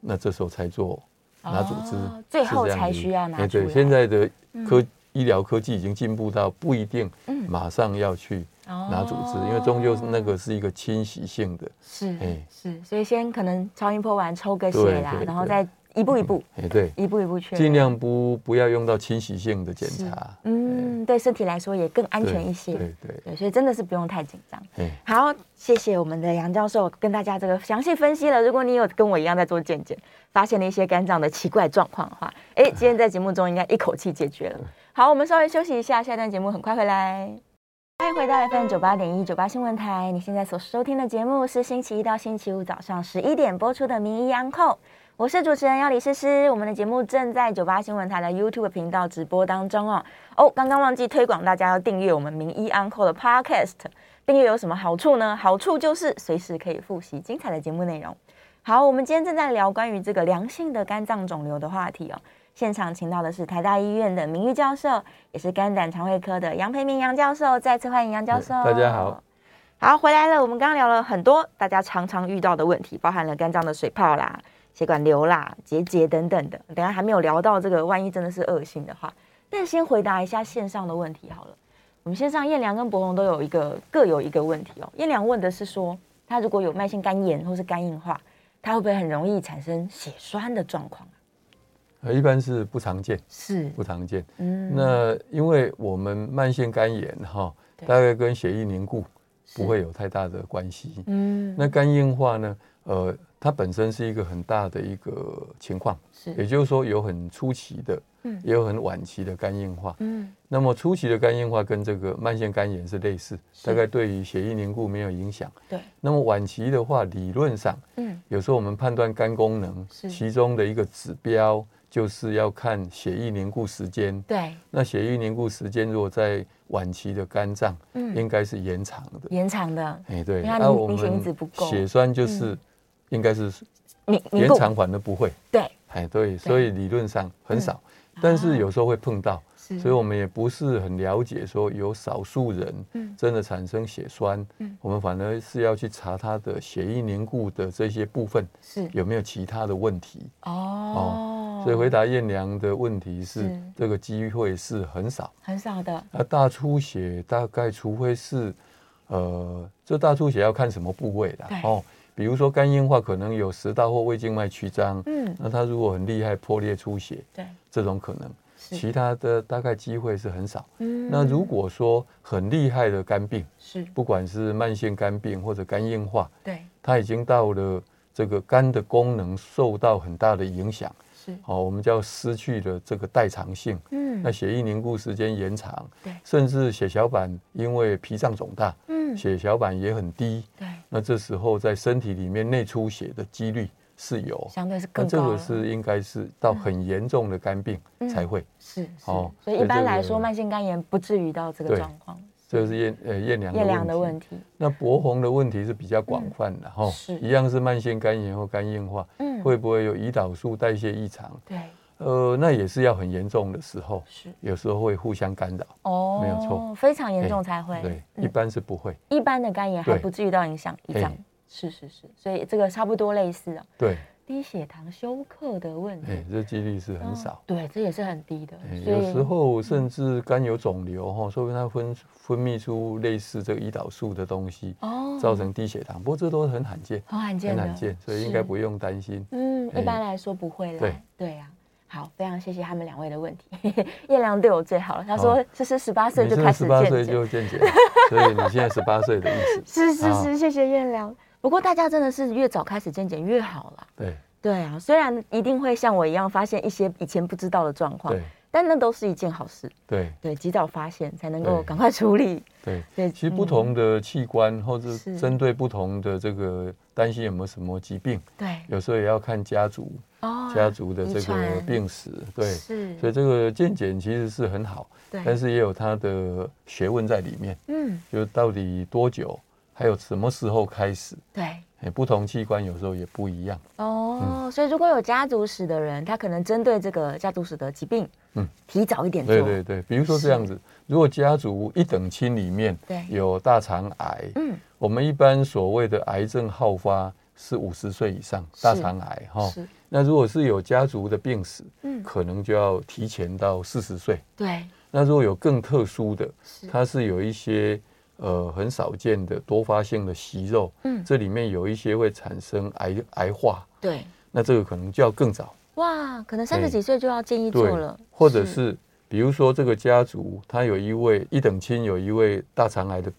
S3: 那这时候才做拿组织，
S2: 哦最后
S3: 是这样
S2: 才
S3: 子
S2: 需要拿
S3: 哎
S2: 出来
S3: 对，现在的科、医疗科技已经进步到不一定
S2: 嗯哦
S3: 马上要去拿组织，因为终究是那个是一个侵袭性的，
S2: 是
S3: 哎
S2: 是，所以先可能超音波完抽个血
S3: 对
S2: 啦，
S3: 对
S2: 然后
S3: 对
S2: 再一步一步
S3: 哎、对，
S2: 一步一步确认，
S3: 尽量不不要用到侵袭性的检
S2: 是
S3: 查，
S2: 嗯，对身体来说也更安
S3: 对
S2: 全一些，
S3: 对对，
S2: 对，所以真的是不用太紧张。
S3: 哎，
S2: 好，谢谢我们的杨教授跟大家这个详细分析了。如果你有跟我一样在做健检，发现了一些肝脏的奇怪状况的话，哎，今天在节目中应该一口气解决了。好，我们稍微休息一下，下一段节目很快回来。欢迎回到 FM 九八点一九八新闻台，你现在所收听的节目是星期一到星期五早上十一点播出的《名医央叩》，我是主持人要李诗诗。我们的节目正在九八新闻台的 YouTube 频道直播当中哦。哦，刚刚忘记推广大家要订阅我们《名医央叩》的 Podcast。订阅有什么好处呢？好处就是随时可以复习精彩的节目内容。好，我们今天正在聊关于这个良性的肝脏肿瘤的话题哦。现场请到的是台大医院的名誉教授，也是肝胆肠胃科的杨培明杨教授，再次欢迎杨教授。
S3: 哎大家好。
S2: 好，回来了。我们刚刚聊了很多大家常常遇到的问题，包含了肝脏的水泡啦、血管瘤啦、结节等等的。等一下还没有聊到这个，万一真的是恶性的话，但先回答一下线上的问题好了。我们线上燕良跟博宏都有一个各有一个问题哦。燕良问的是说，他如果有慢性肝炎或是肝硬化，他会不会很容易产生血栓的状况啊？
S3: 呃一般是不常见，
S2: 是，
S3: 不常见。
S2: 嗯，
S3: 那因为我们慢性肝炎哈，
S2: 对
S3: 大概跟血液凝固
S2: 是
S3: 不会有太大的关系。
S2: 嗯，
S3: 那肝硬化呢？呃，它本身是一个很大的一个情况，也
S2: 是，
S3: 就是说有很初期的，
S2: 嗯
S3: 也有很晚期的肝硬化。
S2: 嗯，
S3: 那么初期的肝硬化跟这个慢性肝炎是类似，
S2: 是
S3: 大概对于血液凝固没有影响。
S2: 对，
S3: 那么晚期的话，理论上
S2: 嗯，
S3: 有时候我们判断肝功能
S2: 是
S3: 其中的一个指标就是要看血液凝固时间。
S2: 对，
S3: 那血液凝固时间如果在晚期的肝脏，
S2: 嗯
S3: 应该是延长的。
S2: 延长的
S3: 哎，对，
S2: 因为它
S3: 那
S2: 凝
S3: 我
S2: 凝血因子
S3: 们
S2: 不够嗯
S3: 血栓就是应该是
S2: 凝凝
S3: 延
S2: 固，
S3: 长反而不会。
S2: 对，嗯
S3: 哎，对，所以理论上很少，但是有时候会碰到，
S2: 是
S3: 所以我们也不是很了解，说有少数
S2: 嗯
S3: 人真的产生血栓，我们反而是要去查他的血液凝固的这些部分
S2: 是
S3: 有没有其他的问题。
S2: 哦，
S3: 所以回答燕良的问题是
S2: 是，
S3: 这个机会是很少。
S2: 很少的，
S3: 那大出血大概除非是，呃，这大出血要看什么部位啦
S2: 对。
S3: 哦，比如说肝硬化可能有食道或胃静脉曲张，
S2: 嗯，
S3: 那他如果很厉害破裂出血，
S2: 对，
S3: 这种可能，
S2: 是
S3: 其他的大概机会是很少。
S2: 嗯
S3: 那如果说很厉害的肝病，
S2: 是
S3: 不管是慢性肝病或者肝硬化，
S2: 对
S3: 它已经到了这个肝的功能受到很大的影响，
S2: 是，
S3: 哦，我们叫失去了这个代偿性，
S2: 嗯
S3: 那血液凝固时间延长，
S2: 对
S3: 甚至血小板因为脾脏肿大，
S2: 嗯
S3: 血小板也很低，
S2: 对，
S3: 那这时候在身体里面内出血的几率是有，
S2: 相对是
S3: 那
S2: 更
S3: 这
S2: 高
S3: 个
S2: 了，嗯
S3: 是应该是到很严重的肝病才会。
S2: 是是，
S3: 哦
S2: 所以一
S3: 所以
S2: 般
S3: 这
S2: 来
S3: 个
S2: 说慢性肝炎不至于到这个
S3: 对
S2: 状况，
S3: 这是燕呃燕良
S2: 夜量的
S3: 的
S2: 问
S3: 问题。
S2: 题，嗯
S3: 那博红的问题是比较广泛的哈
S2: 是，
S3: 一样是慢性肝炎或肝硬化，
S2: 嗯
S3: 会不会有胰岛素代谢异常？
S2: 对
S3: 呃，那也是要很严重的时候，
S2: 是
S3: 有时候会互相干扰。
S2: 哦，
S3: 没有错，
S2: 非常严
S3: 哎
S2: 重才会，
S3: 对，
S2: 嗯
S3: 一般是不会。
S2: 一般的肝炎还
S3: 对
S2: 不至于到影响胰脏
S3: 哎，
S2: 是是是，所以这个差不多类似啊，
S3: 对，
S2: 低血糖休克的问
S3: 哎
S2: 题，，
S3: 这几率是很少
S2: 哦。对，这也是很低的
S3: 哎，
S2: 所以嗯
S3: 有时候甚至肝有肿瘤哈，说不定它分分泌出类似这个胰岛素的东西，
S2: 哦
S3: 造成低血糖。不过这都很罕见，
S2: 很罕见
S3: 很
S2: 的，
S3: 罕见，所以应
S2: 是
S3: 该不用担心。
S2: 嗯，一
S3: 哎
S2: 般来说不会啦。
S3: 对
S2: 对呀、好，非常谢谢他们两位的问题。 叶良对我最好了，他说
S3: 好
S2: 是是十八岁
S3: 你
S2: 就是开
S3: 不是
S2: 始
S3: 十八
S2: 健
S3: 岁
S2: 检，
S3: 就健检了， 所以你现在十八岁的意
S2: 是
S3: 思。
S2: 是
S3: 啊
S2: 是，谢谢叶良。不过大家真的是越早开始健检越好啦。
S3: 对
S2: 对啊，虽然一定会像我一样发现一些以前不知道的状况
S3: 对，
S2: 但那都是一件好事。
S3: 对
S2: 对，及早发现才能够
S3: 对
S2: 赶快处理。
S3: 对。
S2: 对，
S3: 其实
S2: 嗯
S3: 不同的器官，或者
S2: 是
S3: 针对不同的这个担心有没有什么疾病，
S2: 对
S3: 有时候也要看家族
S2: 哦
S3: 家族的
S2: 遗
S3: 这个
S2: 传
S3: 病史。对，
S2: 是，
S3: 所以这个健检其实是很好，
S2: 对
S3: 但是也有它的学问在里面，
S2: 嗯
S3: 就是到底多久，还有什么时候开始。
S2: 对。
S3: 哎，不同器官有时候也不一样。
S2: 哦，
S3: 嗯
S2: 所以如果有家族史的人，他可能针对这个家族史的疾病，嗯
S3: 嗯，
S2: 提早一点做，
S3: 对对对，比如说这样子，如果家族一等亲里面
S2: 对
S3: 有大肠癌，
S2: 嗯，
S3: 我们一般所谓的癌症好发是五十岁以上
S2: 是
S3: 大肠癌哈
S2: 是。
S3: 那如果是有家族的病史，
S2: 嗯
S3: 可能就要提前到四十岁。
S2: 对，
S3: 那如果有更特殊的
S2: 是，
S3: 它是有一些呃很少见的多发性的息肉，
S2: 嗯
S3: 这里面有一些会产生癌癌化，
S2: 对，
S3: 那这个可能就要更早。
S2: 哇，可能三十几岁就要建议做
S3: 对
S2: 了，
S3: 或者是比如说这个家族，他有一位一等亲有一位大肠癌的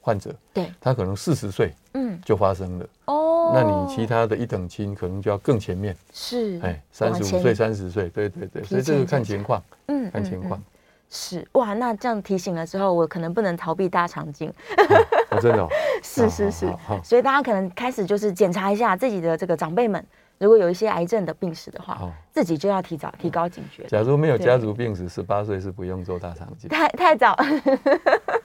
S3: 患者，
S2: 对，
S3: 他可能四十岁
S2: 嗯，
S3: 就发生了，
S2: 哦，
S3: 那你其他的一等亲可能就要更前面，
S2: 是，
S3: 哎，三
S2: 嗯
S3: 十
S2: 往
S3: 五
S2: 前
S3: 岁、三十岁，对对对，
S2: 提
S3: 所以这
S2: 前
S3: 个看
S2: 检
S3: 情况，
S2: 嗯
S3: 看
S2: 嗯
S3: 情况
S2: 嗯，是哇，那这样提醒了之后，我可能不能逃避大肠镜，嗯
S3: 哦，真的哦，
S2: 是是是
S3: 好好好，
S2: 所以大家可能开始就是检查一下自己的这个长辈们，如果有一些癌症的病史的话
S3: 好，
S2: 自己就要提早提高警觉，
S3: 假如没有
S2: 对
S3: 家族病史，十八岁是不用做大肠镜。
S2: 太太早。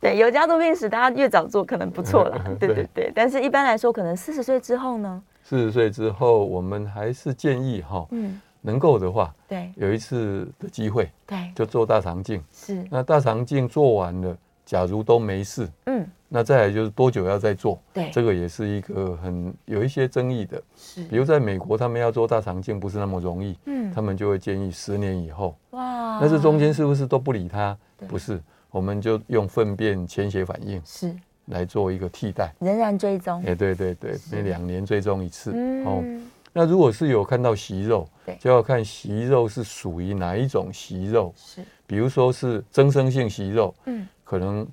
S2: 对，有家族病史，大家越早做可能不错 啦。对对对，但是一般来说，可能四十岁之后呢，
S3: 四十岁之后，我们还是建议哈，
S2: 嗯，
S3: 能够的话，
S2: 对
S3: 有一次的机会
S2: 对，
S3: 就做大肠镜。
S2: 是，
S3: 那大肠镜做完了，假如都没事，
S2: 嗯，
S3: 那再来就是多久要再做？
S2: 对
S3: 这个也是一个很有一些争议的。
S2: 是
S3: 比如在美国，他们要做大肠镜不是那么容易，
S2: 嗯
S3: 他们就会建议十年以后。
S2: 哇
S3: 但是中间是不是都不理它
S2: 对？
S3: 不是，我们就用粪便潜血反应
S2: 是
S3: 来做一个替代。
S2: 仍然追踪，
S3: 哎，对对对，每两年追踪一次。哦，
S2: 嗯，
S3: 那如果是有看到息肉
S2: 对，
S3: 就要看息肉是属于哪一种息肉，
S2: 是，
S3: 比如说是增生性息肉，
S2: 嗯，
S3: 可能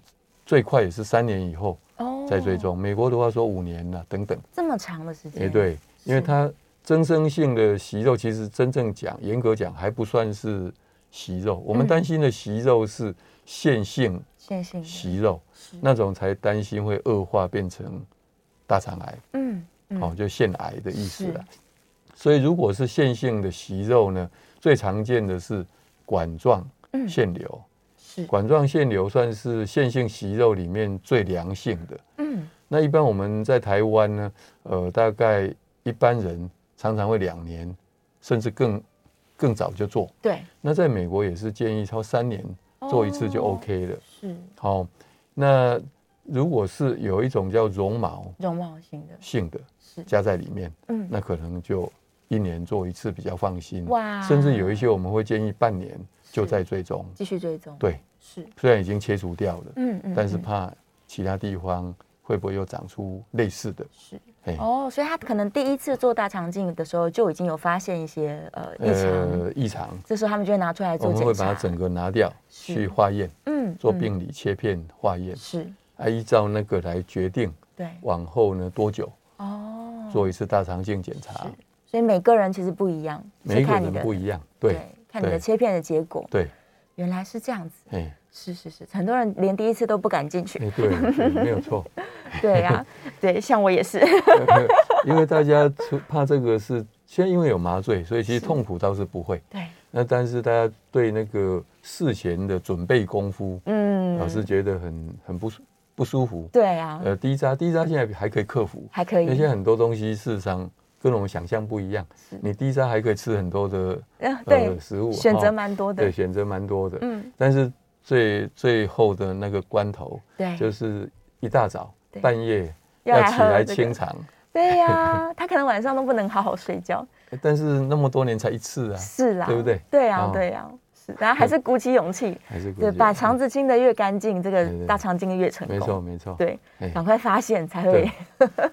S3: 最快也是三年以后
S2: 哦
S3: 再追踪。美国的话说五年了、等等。
S2: 这么长的时间，
S3: 哎，，对，因为它增生性的息肉，其实真正讲，严格讲还不算是息肉。我们
S2: 嗯
S3: 担心的息肉是线性
S2: 线性的，
S3: 息肉，那种才担心会恶化变成大肠癌，
S2: 嗯，嗯
S3: 哦，就腺癌的意思了。所以如果是线性的息肉呢，最常见的是管状
S2: 嗯
S3: 腺瘤。
S2: 是
S3: 管状腺瘤算是线性息肉里面最良性的。
S2: 嗯
S3: 那一般我们在台湾呢，呃，大概一般人常常会两年，甚至更更早就做。
S2: 对
S3: 那在美国也是建议超三年做一次就
S2: 哦
S3: OK 了。
S2: 是
S3: 好、那如果是有一种叫绒毛
S2: 容貌型的，
S3: 性的
S2: 是
S3: 加在里面，
S2: 嗯
S3: 那可能就一年做一次比较放心。
S2: 哇
S3: 甚至有一些我们会建议半年就在追踪。
S2: 继续追踪，
S3: 对，
S2: 是
S3: 虽然已经切除掉了，
S2: 嗯嗯
S3: 但是
S2: 嗯
S3: 怕其他地方会不会又长出类似的？
S2: 是
S3: 哎
S2: 哦，所以他可能第一次做大肠镜的时候就已经有发现一些呃异常，
S3: 呃，异常，
S2: 这时候他们就会拿出来
S3: 我
S2: 做
S3: 们
S2: 检查，
S3: 会把它整个拿掉
S2: 是
S3: 去化验，
S2: 嗯
S3: 做
S2: 嗯
S3: 病理切片化验，
S2: 是，
S3: 啊，依照那个来决定
S2: 对
S3: 往后呢多久
S2: 哦，
S3: 做一次大肠镜检查，
S2: 所以每个人其实不一样，
S3: 每一
S2: 是
S3: 个
S2: 看你
S3: 人
S2: 的
S3: 不一样，对
S2: 看你的
S3: 对
S2: 切片的结果，
S3: 对，
S2: 原来是这样子，
S3: 哎
S2: 是是是，很多人连第一次都不敢进去，
S3: 哎对，对没有错，
S2: 对呀、对，像我也 是，
S3: 因为大家出怕这个是现在因为有麻醉，所以其实痛苦倒是不会，
S2: 对，
S3: 那但是大家对那个事前的准备功夫，
S2: 嗯，
S3: 老是觉得很很不舒不舒服，
S2: 对啊，
S3: 呃，低渣低渣现在还可以克服，
S2: 还可以
S3: 那，些很多东西事实上跟我们想象不一样。你低渣还可以吃很多的
S2: 呃
S3: 呃
S2: 对，
S3: 食物，
S2: 选择
S3: 哈
S2: 蛮多的
S3: 对，选择蛮多的。
S2: 嗯，
S3: 但是最最后的那个关头，
S2: 对，
S3: 就是一大早
S2: 嗯对
S3: 半夜
S2: 要
S3: 要
S2: 来
S3: 起
S2: 喝
S3: 来
S2: 这个
S3: 清肠，
S2: 对呀、 他可能晚上都不能好好睡觉，
S3: 诶但是那么多年才一次啊，
S2: 是啦，
S3: 对不对
S2: 对呀、
S3: 哦
S2: 对呀、是，然后还是鼓起勇气，
S3: 还是
S2: 对，把肠
S3: 子
S2: 子清的越干净，这
S3: 对
S2: 个
S3: 对
S2: 大肠镜越成功，
S3: 没错，没错。
S2: 对，
S3: 哎
S2: 赶快发现才会
S3: 对，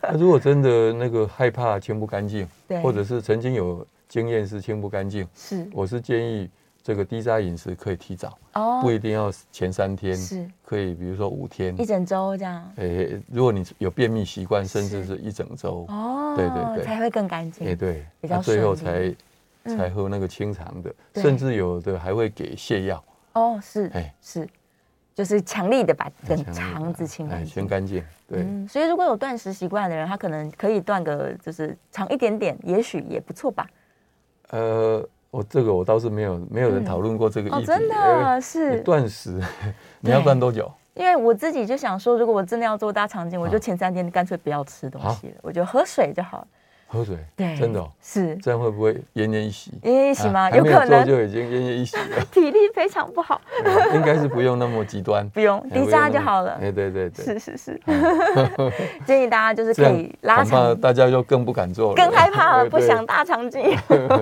S3: 那如果真的那个害怕清不干净，
S2: 对，
S3: 或者是曾经有经验是清不干净，
S2: 是
S3: 我是建议这个低渣饮食可以提早，
S2: 哦
S3: 不一定要前三天，
S2: 是
S3: 可以比如说五天
S2: 一。整周这样，
S3: 诶、如果你有便秘习惯，甚至
S2: 是
S3: 是一整周，
S2: 哦，
S3: 对对对
S2: 才会更干
S3: 诶、
S2: 净，
S3: 对，
S2: 比较
S3: 那最后
S2: 顺
S3: 才
S2: 利嗯
S3: 才喝那个清肠的，
S2: 对
S3: 甚至有的还会给泻药，
S2: 哦，是
S3: 哎
S2: 是，就是强力的把整
S3: 强力
S2: 肠子清
S3: 哎
S2: 干
S3: 清
S2: 净。
S3: 干净，对，
S2: 嗯，所以如果有断食习惯的人，他可能可以断个就是长一点点，也许也不错吧。
S3: 呃，我这个我倒是没有没有
S2: 嗯
S3: 人讨论过这个议题，
S2: 哦，真
S3: 诶
S2: 的
S3: 你
S2: 是，
S3: 断食，你要断多久？
S2: 因为我自己就想说，如果我真的要做大肠镜，我就
S3: 啊
S2: 前三天干脆不要吃东西了，我就喝水就好了。
S3: 喝水，
S2: 对，
S3: 真的、哦，
S2: 是
S3: 这样会不会奄奄一息？
S2: 奄奄一息吗？
S3: 啊还
S2: 有
S3: 没有
S2: 可
S3: 做
S2: 能
S3: 就已经奄奄一息了，
S2: 体力非常不好，
S3: 嗯应该是不用那么极端，
S2: 不用
S3: 哎
S2: 低渣就好了
S3: 哎，。对对对，嗯
S2: 是是是， 建议大家就是
S3: 这
S2: 可
S3: 样
S2: 以拉
S3: 恐怕
S2: 长，
S3: 大家就更不敢做了，
S2: 更害怕了，
S3: 对
S2: 不想。大肠 镜。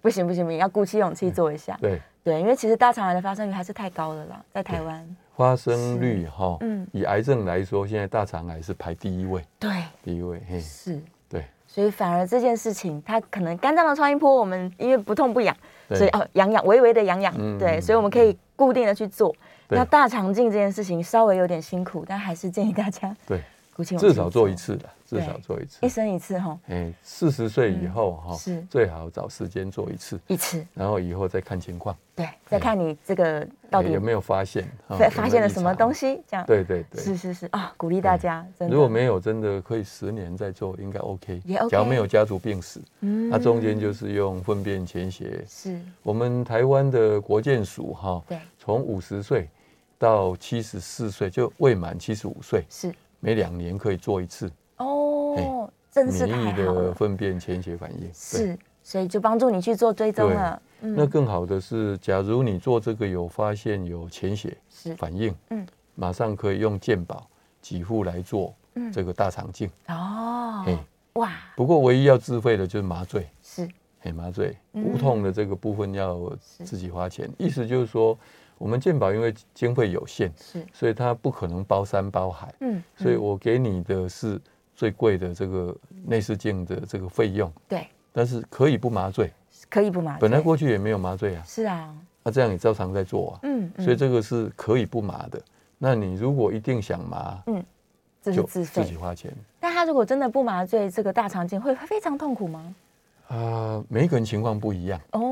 S2: 不行不行不行，要鼓起勇气做一下。
S3: 对，
S2: 对，因为其实大肠癌的发生率还是太高了啦，在台湾。
S3: 发生率哈，
S2: 嗯
S3: 以癌症来说，现在大肠癌是排第一位，
S2: 对，
S3: 第一位，嘿，
S2: 是。
S3: 对，
S2: 所以反而这件事情，它可能肝脏的超音波，我们因为不痛不痒，
S3: 对
S2: 所以哦痒痒，微微的痒痒，
S3: 嗯
S2: 对，所以我们可以固定的去做。
S3: 对
S2: 那大肠镜这件事情稍微有点辛苦，但还是建议大家
S3: 对，
S2: 鼓起勇气
S3: 至少做一，次的，至
S2: 对
S3: 少做一次
S2: 一。生一次哈，
S3: 哎，四十岁以后哈
S2: 嗯是，
S3: 最好找时间做一次，
S2: 一次，
S3: 然后以后再看情况，
S2: 对，再看你这个到
S3: 哎
S2: 底
S3: 有没有发现，哈
S2: 发发现了什么东？
S3: 有没有异
S2: 西，这样
S3: 常。对对对，
S2: 是是是啊，鼓励大家，真的
S3: 如果没有真的可以十年再做，应该 OK。
S2: 也 OK
S3: 假如没有家族病史，
S2: 嗯
S3: 那中间就是用粪便潜血。
S2: 是，
S3: 我们台湾的国健署哈，
S2: 对，
S3: 从五十岁到七十四岁，就未满七十五岁，
S2: 是
S3: 每两年可以做一次
S2: 哦，真是
S3: 免
S2: 太
S3: 疫
S2: 好
S3: 的
S2: 了，
S3: 粪便潜血反应。对，
S2: 是，所以就帮助你去做追踪
S3: 对
S2: 了，嗯
S3: 那更好的是，假如你做这个有发现有潜血
S2: 是
S3: 反应，
S2: 嗯，
S3: 马上可以用健保给付来做
S2: 嗯
S3: 这个大肠镜。
S2: 哦
S3: 嘿，
S2: 哇，
S3: 不过唯一要自费的就是麻醉。
S2: 是
S3: 哎，麻醉
S2: 嗯
S3: 无痛的这个部分要
S2: 是
S3: 自己花钱，意思就是说，我们健保因为经费有限，
S2: 是，
S3: 所以它不可能包山包海，
S2: 嗯，
S3: 所以
S2: 嗯
S3: 我给你的是最贵的这个内视镜的这个费用，
S2: 对
S3: 但是可以不麻醉，
S2: 可以不麻醉，
S3: 本来过去也没有麻醉啊，
S2: 是啊，
S3: 那这样也照常在做啊，
S2: 嗯，
S3: 所以
S2: 嗯
S3: 这个是可以不麻的。那你如果一定想麻，
S2: 这是
S3: 就
S2: 自
S3: 自己
S2: 费。
S3: 花钱
S2: 但他如果真的不麻醉，这个大肠镜会会非常痛苦吗？
S3: 啊，每一个人情况不一样，
S2: 哦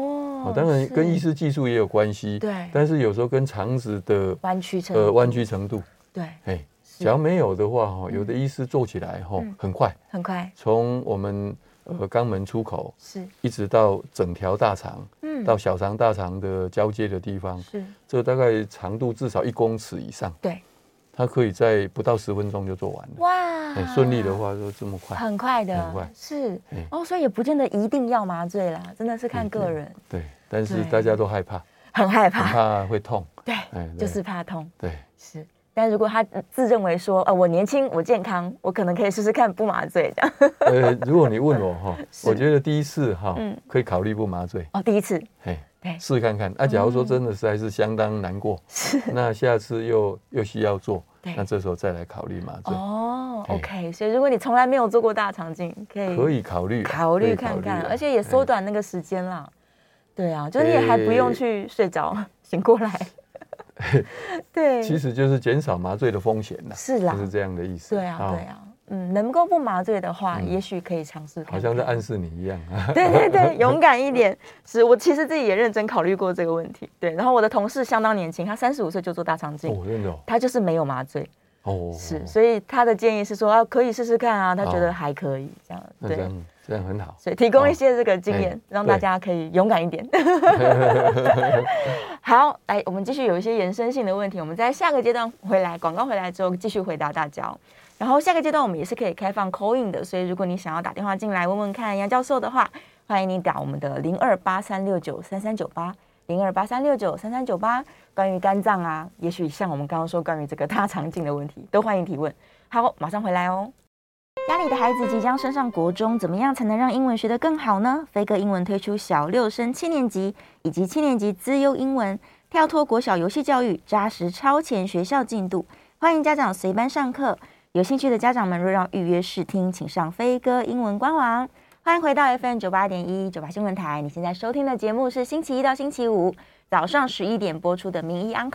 S3: 哦，当然跟医
S2: 是
S3: 师技术也有关系，
S2: 对
S3: 但是有时候跟肠子的
S2: 弯曲成
S3: 呃弯曲程度，
S2: 对，
S3: 哎，哦只要没有的话哈，有的医师做起来哈哦
S2: 嗯
S3: 很快，
S2: 很快
S3: 从我们呃肛门出口，
S2: 是，
S3: 一直到整条大肠，
S2: 嗯
S3: 到小肠大肠的交接的地方，
S2: 是，
S3: 这大概长度至少一公尺以上，
S2: 对，
S3: 它可以在不到十分钟就做完了。
S2: 哇，
S3: 很顺利的，话就这么快，
S2: 很快的，
S3: 很快
S2: 是
S3: 哎，
S2: 哦，所以也不见得一定要麻醉啦，真的是
S3: 嗯
S2: 看个人，
S3: 对。但是
S2: 对
S3: 大家都害怕，
S2: 很害
S3: 很
S2: 怕，
S3: 怕会痛，
S2: 对
S3: 哎，对
S2: 就是怕痛，
S3: 对。
S2: 是。但如果他自认为说，呃，我年轻，我健康，我可能可以试试看不麻醉 这样。
S3: 呃，如果你问我哈，
S2: 是
S3: 我觉得第一次哈
S2: 嗯
S3: 可以考虑不麻醉，
S2: 哦，第一次，
S3: 嘿，
S2: 对，
S3: 试看看。啊，假如说真的实在是相当难过，
S2: 嗯是
S3: 那下次又又需要做，
S2: 对
S3: 那这时候再来考虑麻醉，
S2: 哦
S3: 哎
S2: ，OK。所以如果你从来没有做过大肠镜，可以
S3: 可以考虑，
S2: 考
S3: 可
S2: 虑
S3: 以
S2: 看看，
S3: 啊
S2: 而且也缩。
S3: 哎
S2: 短那个时间啦。对啊，就是你也还不用
S3: 诶
S2: 去睡着，醒过来。 对，
S3: 其实就是减少麻醉的风险呐，
S2: 是啦
S3: 就是这样的意思。
S2: 对啊，
S3: 哦
S2: 对，啊，嗯，能够不麻醉的话，
S3: 嗯
S2: 也许可以尝试看看。
S3: 好像在暗示你一样啊。
S2: 对对 对，勇敢一点。是我其实自己也认真考虑过这个问题。对，然后我的同事相当年轻，他三十五岁就做大肠镜，
S3: 哦，真的哦
S2: 他就是没有麻醉，
S3: 哦，
S2: 是，
S3: 哦
S2: 所以他的建议是说啊，可以试试看啊，他觉得
S3: 哦
S2: 还可以这样。
S3: 那这样这样很好。
S2: 所以提供
S3: 哦
S2: 一些这个经
S3: 哎
S2: 验，让大
S3: 对
S2: 家可以勇敢一 点。 好，来，我们继续有一些延伸性的问题，我们在下个阶段回来，广告回来之后继续回答大家哦。然后下个阶段我们也是可以开放 call in 的，所以如果你想要打电话进来问问看杨教授的话，欢迎你打我们的零二八三六九三三九八零二八三六九三三九八。关于肝脏啊，也许像我们刚刚说关于这个大肠镜的问题，都欢迎提问。好，马上回来哦。家里的孩子即将升上国中，怎么样才能让英文学得更好呢？飞哥英文推出小六升七年级以及七年级资优英文，跳脱国小游戏教育，扎实超前学校进度。欢迎家长随班上课，有兴趣的家长们若要预约试听，请上飞哥英文官网。欢迎回到 FM 九八点一九八新闻台，你现在收听的节目是星期一到星期五早上十一点播出的《名医 Uncle》，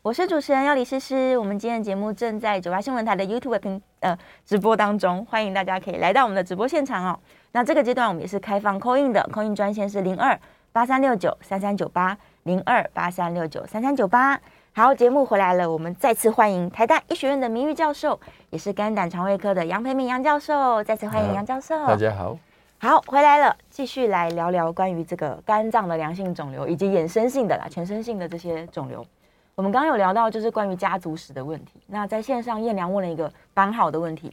S2: 我是主持人要李诗诗。我们今天的节目正在九八新闻台的 YouTube 频呃直播当中，欢迎大家可以来到我们的直播现场哦。那这个阶段我们也是开放 call in 的，call in 专线是零二八三六九三三九八零二八三六九三三九八。好，节目回来了，我们再次欢迎台大医学院的名誉教授，也是肝胆肠胃科的杨培明杨教授，再次欢迎
S3: 好
S2: 杨教授。
S3: 大家好，
S2: 好，回来了，继续来聊聊关于这个肝脏的良性肿瘤以及衍生性的啦、全身性的这些肿瘤。我们刚刚有聊到就是关于家族史的问题。那在线上，燕良问了一个蛮好的问题，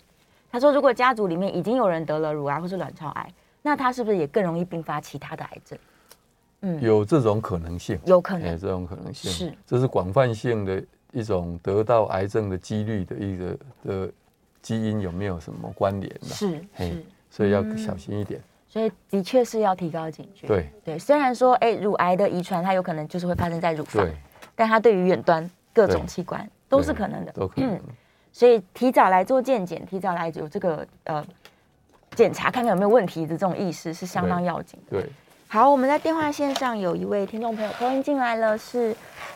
S2: 他说如果家族里面已经有人得了乳癌或是卵巢癌，那他是不是也更容易并发其他的癌症？
S3: 有这种可能性。
S2: 有可
S3: 哎，
S2: 能
S3: 这种可能性
S2: 是，
S3: 这是广泛性的一种得到癌症的几率的一个的基因有没有什么关联呢、
S2: 是
S3: 嘿
S2: 是，
S3: 所以要小心一点。
S2: 所以的确是要提高警觉。
S3: 对
S2: 对，虽然说哎、乳癌的遗传它有可能就是会发生在乳房
S3: 对，，
S2: 但它对于远端各种
S3: 对
S2: 器官都是
S3: 对
S2: 可能的，嗯
S3: 都可能。
S2: 所以提早来做健检，提早来有这个呃检查，看看有没有问题的这种意识是相当要紧的。
S3: 对，
S2: 好，我们在电话线上有一位听众朋友扣音进来了，是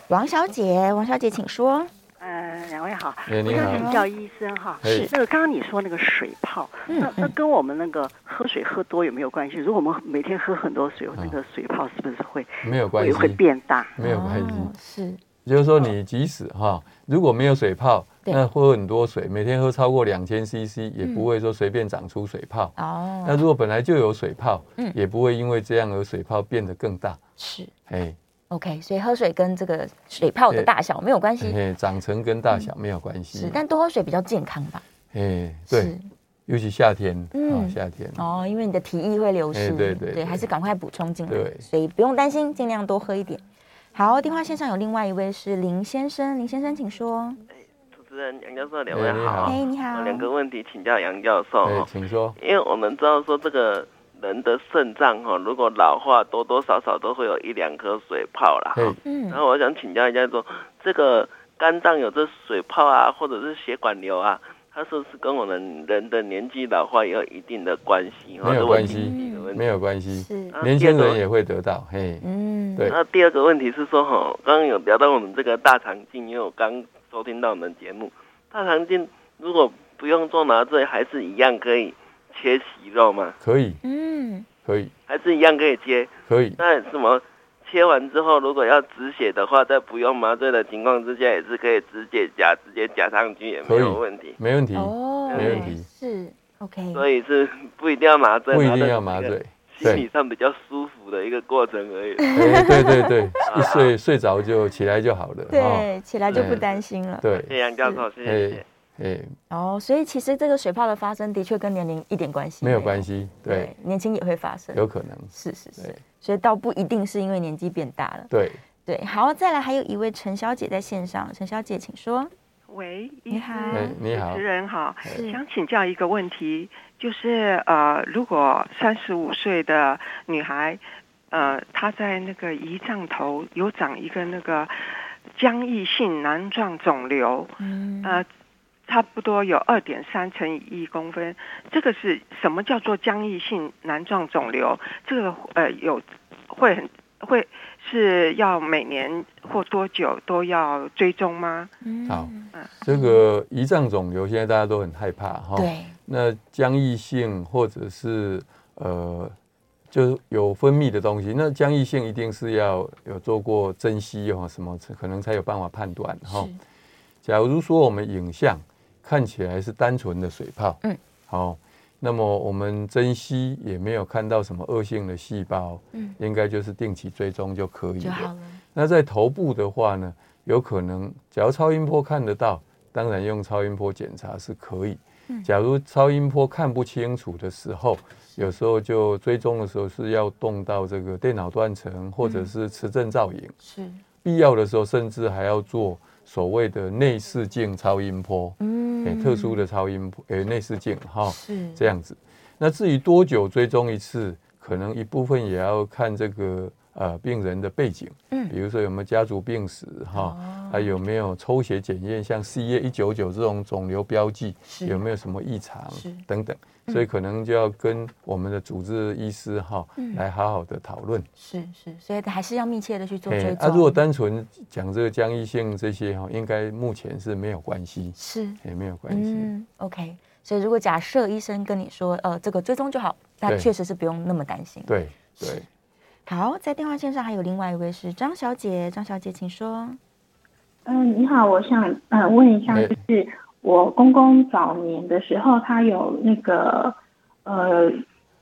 S2: 王小姐，王小姐请说。
S4: 呃，两位好，
S3: 哎，
S4: 我
S3: 你
S4: 想请
S3: 好，哎
S4: 教医生哈，
S3: 是
S4: 那个刚刚你说那个水泡，
S2: 嗯
S4: 那那跟我们那个喝水喝多有没有关系？如果我们每天喝很多水，那个水泡是不是会
S3: 没有啊关
S4: 会
S3: 系，
S4: 会变大？
S3: 没有关系。
S2: 哦是
S3: 就是说，你即使哈，如果没有水泡，
S2: 对嗯
S3: 那喝很多水，每天喝超过两千 CC，也不会说随便长出水泡。那
S2: 哦，
S3: 如果本来就有水泡
S2: 嗯，
S3: 也不会因为这样而水泡变得更大。
S2: 是
S3: 哎，
S2: OK，所以喝水跟这个水泡的大小没有关系，
S3: 嘿，长成跟大小没有关系
S2: 是，。但多喝水比较健康吧？
S3: 哎，对
S2: 是，
S3: 尤其夏天，
S2: 嗯
S3: 啊，夏天，
S2: 哦，因为你的体液会流失，
S3: 哎对对对
S2: 还是赶快补充进来，
S3: 对
S2: 所以不用担心，尽量多喝一点。好，电话线上有另外一位是林先生，林先生请说。
S5: 主持人杨教授，两位
S3: 哎你好
S5: 好。
S2: 哎，你好
S5: 有，两个问题请教杨教授
S3: 哎
S5: 哈，，
S3: 请说。
S5: 因为 我们知道说这个人的肾脏哈，如果老化，多多少少都会有一两颗水泡啦。
S3: 嘿
S5: 哈。
S2: 嗯，
S5: 然后我想请教一下说，这个肝脏有这水泡啊，或者是血管瘤啊，它是不是跟我们人的年纪老化也有一定的关系？哈
S3: 没有
S5: 这问
S3: 关
S5: 题
S3: 系
S5: 第一个问题
S3: 没有关系，
S2: 是，
S5: 啊
S3: 年轻人也
S5: 第二个
S3: 会得到。嘿，
S2: 嗯，
S3: 对
S5: 那第二个问题是说，哈，刚刚有聊到我们这个大肠镜，因为我刚收听到我们节目，大肠镜如果不用做麻醉，还是一样可以切息肉吗？
S3: 可以，
S2: 嗯，
S3: 可以，
S5: 还是一样可以切？
S3: 可以，
S5: 那什么切完之后，如果要止血的话，在不用麻醉的情况之下，也是可以止血夹直接夹上去也没有问题。
S3: 嗯没问题。
S2: 哦，
S5: 没
S3: 问题
S2: 是，OK，
S5: 所以是不一定要麻醉，
S3: 不一定要麻醉，，
S5: 心理上比较舒服的一个过程而已。
S3: 哎，对对对，一睡睡着就起来就好了，哦，
S2: 对，起来就不
S3: 对
S2: 担心了。
S5: 谢
S3: 对，
S5: 谢杨教授，谢谢。
S3: 哎哎，
S2: 哦，所以其实这个水泡的发生的确跟年龄一点关系
S3: 没有关，系，对，，
S2: 年轻也会发生，
S3: 有可能，
S2: 是是是
S3: 对，
S2: 所以倒不一定是因为年纪变大了。
S3: 对，
S2: 对，好，再来还有一位陈小姐在线上，陈小姐请说。
S6: 喂，
S2: 你
S6: 医
S2: 好
S3: 哎
S6: 生，，
S3: 你好
S6: 主持，人好，
S2: 是
S6: 想请教一个问题，就是呃，如果三十五岁的女孩，呃，她在那个胰脏头有长一个那个浆液性囊状肿瘤，
S2: 嗯，
S6: 呃，差不多有二点三乘以一公分，这个是什么叫做浆液性囊状肿瘤？这个呃有会很会是要每年或多久都要追踪吗？
S3: 好，这个胰脏肿瘤现在大家都很害怕哈，
S2: 对，
S3: 那浆液性或者是呃，就是有分泌的东西，那浆液性一定是要有做过珍析哦，什么可能才有办法判断哈、
S2: 是，
S3: 假如说我们影像看起来是单纯的水泡，
S2: 嗯，
S3: 好、那么我们珍惜也没有看到什么恶性的细胞，
S2: 嗯，
S3: 应该就是定期追踪就可以
S2: 就好
S3: 了。
S2: 了。
S3: 那在头部的话呢，有可能假如超音波看得到，当然用超音波检查是可以。假如超音波看不清楚的时候，有时候就追踪的时候是要动到这个电脑断层或者是磁振造影。
S2: 嗯是，
S3: 必要的时候，甚至还要做所谓的内视镜超音波，
S2: 嗯
S3: 诶、特殊的超音波，诶、内视镜哈，
S2: 是
S3: 这样子。那至于多久追踪一次，可能一部分也要看这个呃病人的背景，
S2: 嗯哦
S3: 比如说有没有家族病史哈，还有没有抽血检验，像 CA 一九九这种肿瘤标记
S2: 是
S3: 有没有什么异常
S2: 是
S3: 等等，所以可能就要跟我们的主治医师哈、
S2: 嗯
S3: 来好好的讨论。
S2: 是是，所以还是要密切的去做
S3: 哎
S2: 追
S3: 啊，
S2: 踪。
S3: 如果单纯讲这个僵硬性这些哈，应该目前是没有关系，
S2: 是，
S3: 也没有关系。
S2: 嗯，OK。所以如果假设医生跟你说，呃，这个追踪就好，那
S3: 对
S2: 确实是不用那么担心。
S3: 对对，
S2: 好，在电话线上还有另外一位是张小姐，张小姐请说。
S7: 嗯，你好，我想呃问一下，
S3: 哎
S7: 就是我公公早年的时候，他有那个呃，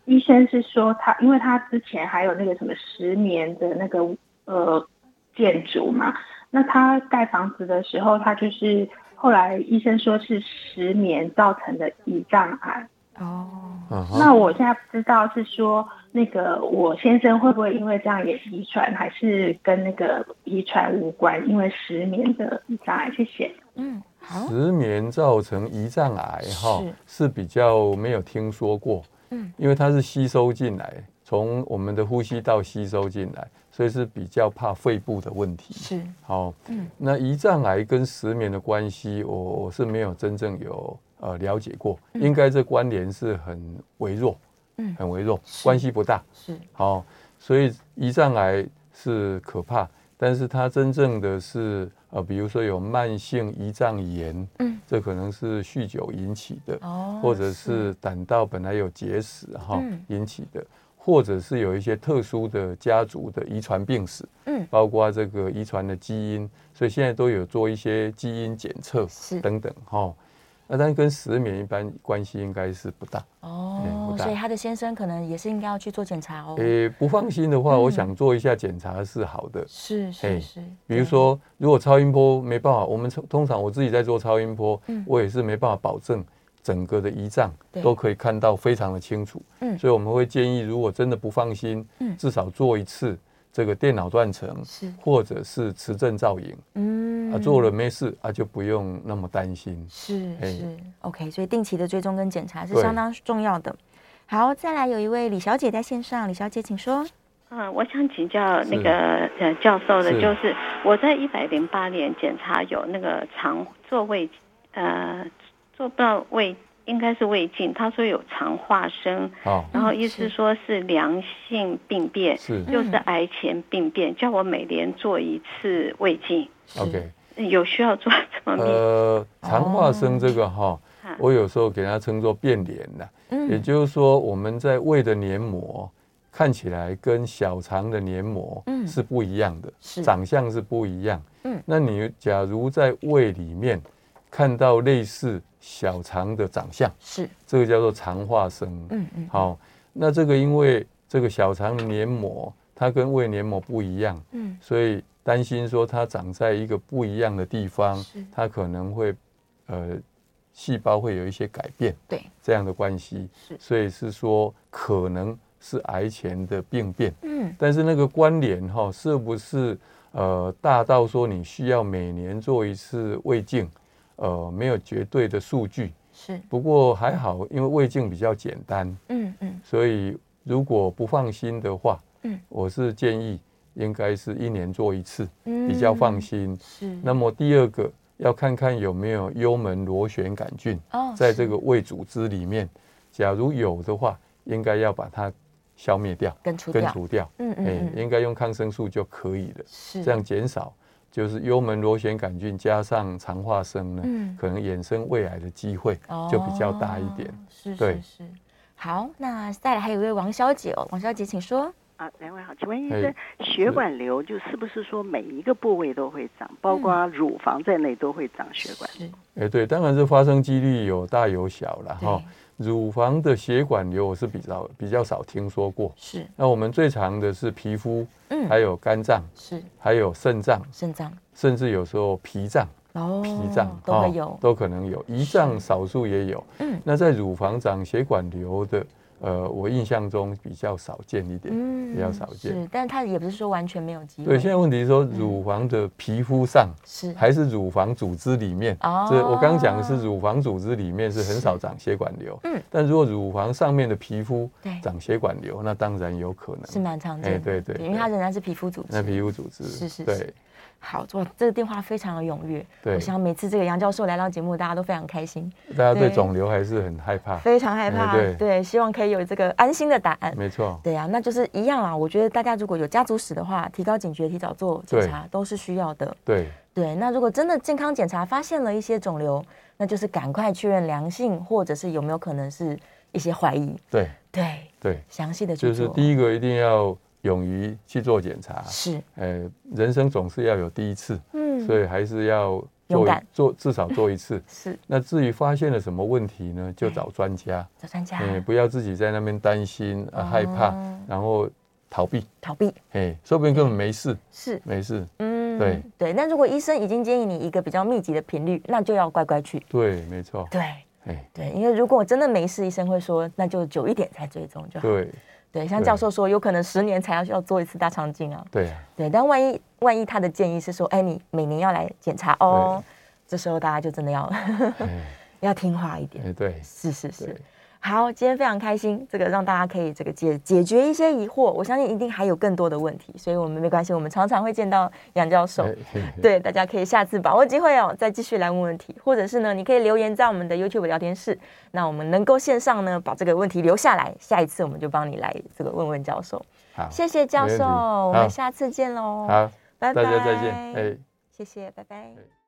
S7: 医生是说他，因为他之前还有那个什么十年的那个呃建筑嘛，那他盖房子的时候，他就是后来医生说是十年造成的胰脏癌。
S2: 哦，
S3: 嗯
S7: 那
S3: 哼，
S7: 我现在不知道是说那个我先生会不会因为这样也遗传，还是跟那个遗传无关？因为失眠的障碍，谢谢。
S2: 嗯，好，
S3: 石棉造成胰脏癌哈
S2: 是
S3: 是比较没有听说过，
S2: 嗯，
S3: 因为它是吸收进来，从我们的呼吸道吸收进来，所以是比较怕肺部的问题。
S2: 是，
S3: 好，
S2: 嗯
S3: 那胰脏癌跟石棉的关系，我我是没有真正有呃了解过，应该这关联是很微弱，
S2: 嗯
S3: 很微弱，
S2: 是
S3: 关系不大。
S2: 是，
S3: 好、所以胰脏癌是可怕，但是它真正的是呃，比如说有慢性胰脏炎，
S2: 嗯，
S3: 这可能是酗酒引起的，
S2: 哦，
S3: 或者是胆道本来有结石哈、
S2: 嗯
S3: 引起的，或者是有一些特殊的家族的遗传病史，
S2: 嗯
S3: 包括这个遗传的基因，所以现在都有做一些基因检测
S2: 是
S3: 等等哈。那但是跟石棉一般关系应该是不大，嗯
S2: 哦
S3: 不，大
S2: 所以她的先生可能也是应该要去做检查哦。
S3: 诶、不放心的话，
S2: 嗯
S3: 我想做一下检查是好的。
S2: 是是
S3: 哎
S2: 是，
S3: 比如
S2: 对
S3: 说，如果超音波没办法，我们通通常我自己在做超音波，
S2: 嗯
S3: 我也是没办法保证整个的胰脏
S2: 对
S3: 都可以看到非常的清楚，
S2: 嗯
S3: 所以我们会建议，如果真的不放心，
S2: 嗯
S3: 至少做一次这个电脑断层
S2: 是，
S3: 或者是磁振造影、
S2: 嗯
S3: 啊，做了没事啊，就不用那么担心。
S2: 是
S3: 哎
S2: 是，OK，所以定期的追踪跟检查是
S3: 对
S2: 相当重要的。好，再来有一位李小姐在线上，李小姐请说。
S8: 嗯，我想请教那个呃教授的，
S3: 是
S8: 就是我在一百零八年检查有那个肠做胃，呃，做不到胃，应该是胃镜，他说有肠化生，
S3: 好、
S8: 然后医师
S2: 是
S8: 说是良性病变，
S3: 啊是
S8: 就是癌前病变，叫我每年做一次胃镜，
S2: 嗯
S3: OK。
S8: 有需要做这么密？
S3: 呃，肠化生这个哈、
S8: 嗯
S3: 我有时候给它称作变脸呐、
S2: 嗯
S3: 也就是说我们在胃的黏膜看起来跟小肠的黏膜
S2: 嗯
S3: 是不一样的，
S2: 是
S3: 长相是不一样。
S2: 嗯
S3: 那你假如在胃里面看到类似小肠的长相，
S2: 是，
S3: 这个叫做肠化生。
S2: 嗯嗯，
S3: 好，那这个因为这个小肠黏膜它跟胃黏膜不一样，
S2: 嗯，
S3: 所以担心说它长在一个不一样的地方
S2: 是，
S3: 它可能会呃细胞会有一些改变，
S2: 对，
S3: 这样的关系
S2: 是，
S3: 所以是说可能是癌前的病变。
S2: 嗯
S3: 但是那个关联哈、是不是呃大到说你需要每年做一次胃镜？呃，没有绝对的数据，
S2: 是，
S3: 不过还好，因为胃镜比较简单，
S2: 嗯嗯
S3: 所以如果不放心的话，
S2: 嗯
S3: 我是建议应该是一年做一次，
S2: 嗯，
S3: 比较放心。
S2: 是。
S3: 那么第二个要看看有没有幽门螺旋杆菌
S2: 哦
S3: 在
S2: 是
S3: 这个胃组织里面，假如有的话，应该要把它消灭掉、
S2: 根除
S3: 根
S2: 掉，
S3: 除掉。
S2: 嗯
S3: 哎
S2: 嗯，嗯，
S3: 应该用抗生素就可以了，
S2: 是
S3: 这样减少就是幽门螺旋杆菌加上肠化生呢，
S2: 嗯
S3: 可能衍生胃癌的机会就比较大一点。
S2: 哦是
S3: 对
S2: 是是。好，那再来还有一位王小姐哦，王小姐请说。
S4: 啊，两位好，请问医
S3: 嘿
S4: 生，血管瘤就是不是说每一个部位都会长，包
S8: 嗯
S4: 括乳房在内都会长血管？
S2: 是，
S3: 哎、对，当然是发生几率有大有小了
S2: 对
S3: 哈。乳房的血管瘤我是比较比较少听说过，
S2: 是，
S3: 那我们最常的是皮肤，
S2: 嗯，
S3: 还有肝脏，
S2: 是
S3: 还有肾脏，
S2: 肾脏，
S3: 甚至有时候脾脏、
S2: 哦，
S3: 脾脏
S2: 都会
S3: 哦
S2: 有，
S3: 都可能有，胰脏少数也有。
S2: 嗯
S3: 那在乳房长血管瘤的，呃，我印象中比较少见一点，
S2: 嗯
S3: 比较少见。
S2: 是，但它也不是说完全没有机会。
S3: 对，现在问题是说乳房的皮肤上。
S2: 是
S3: 还是乳房组织里面，
S2: 哦
S3: 这我刚刚讲的是乳房组织里面是很少长血管瘤，
S2: 嗯
S3: 但如果乳房上面的皮肤
S2: 对
S3: 长血管瘤，那当然有可能，
S2: 是蛮常见的，
S3: 哎对对
S2: 因为它
S3: 对
S2: 仍然是皮肤组织。
S3: 那皮肤组织
S2: 是是是
S3: 对
S2: 好，哇，这个电话非常的踊跃。
S3: 对
S2: 我想每次这个杨教授来到节目，大家都非常开心，
S3: 大家对
S2: 对
S3: 肿瘤还是很害怕，
S2: 非常害怕。
S3: 哎对嗯
S2: 希望可以有这个安心的答案。
S3: 没错，
S2: 对啊，那就是一样啦。我觉得大家如果有家族史的话，提高警觉，提早做检查都是需要的。
S3: 对
S2: 对，那如果真的健康检查发现了一些肿瘤，那就是赶快确认良性，或者是有没有可能是一些怀疑。
S3: 对
S2: 对，
S3: 对，
S2: 详细的去
S3: 就
S2: 做。
S3: 是第一个一定要勇于去做检查，
S2: 是，
S3: 呃，人生总是要有第一次，
S2: 嗯，
S3: 所以还是要
S2: 勇
S3: 做一
S2: 敢。
S3: 做至少做一次
S2: 是
S3: 那至于发现了什么问题
S2: 哎
S3: 呢，就找专家。
S2: 找专家、
S3: 哎，不要自己在那边担心、啊、害怕
S2: 哦，
S3: 然后逃避，
S2: 逃避
S3: 哎，说不定根本没事，
S2: 是。
S3: 没事，
S2: 嗯
S3: 对
S2: 对，那如果医生已经建议你一个比较密集的频率，那就要乖乖去。
S3: 对，没错，
S2: 对
S3: 哎，
S2: 对，因为如果真的没事，医生会说那就久一点才追踪就好。
S3: 对
S2: 对，像
S3: 对
S2: 教授说，有可能十年才要要做一次大肠镜啊。
S3: 对啊，
S2: 对，但万一万一他的建议是说，哎，你每年要来检查哦，这时候大家就真的要
S3: 哎，
S2: 要听话一点。
S3: 哎对
S2: 是是是
S3: 对。，
S2: 好，今天非常开心，这个让大家可以这个解解决一些疑惑，我相信一定还有更多的问题，所以我们没关系，我们常常会见到杨教授。
S3: 哎嘿嘿
S2: 对，大家可以下次把握机会哦，再继续来问问题，或者是呢，你可以留言在我们的 YouTube 聊天室，那我们能够线上呢把这个问题留下来，下一次我们就帮你来这个问问教授。
S3: 好，
S2: 谢谢教
S3: 没问
S2: 授，
S3: 题
S2: 我
S3: 好
S2: 们下次见喽，
S3: 好，
S2: 拜
S3: 大
S2: 拜，
S3: 家再见，哎。
S2: 谢谢，拜拜。
S3: 哎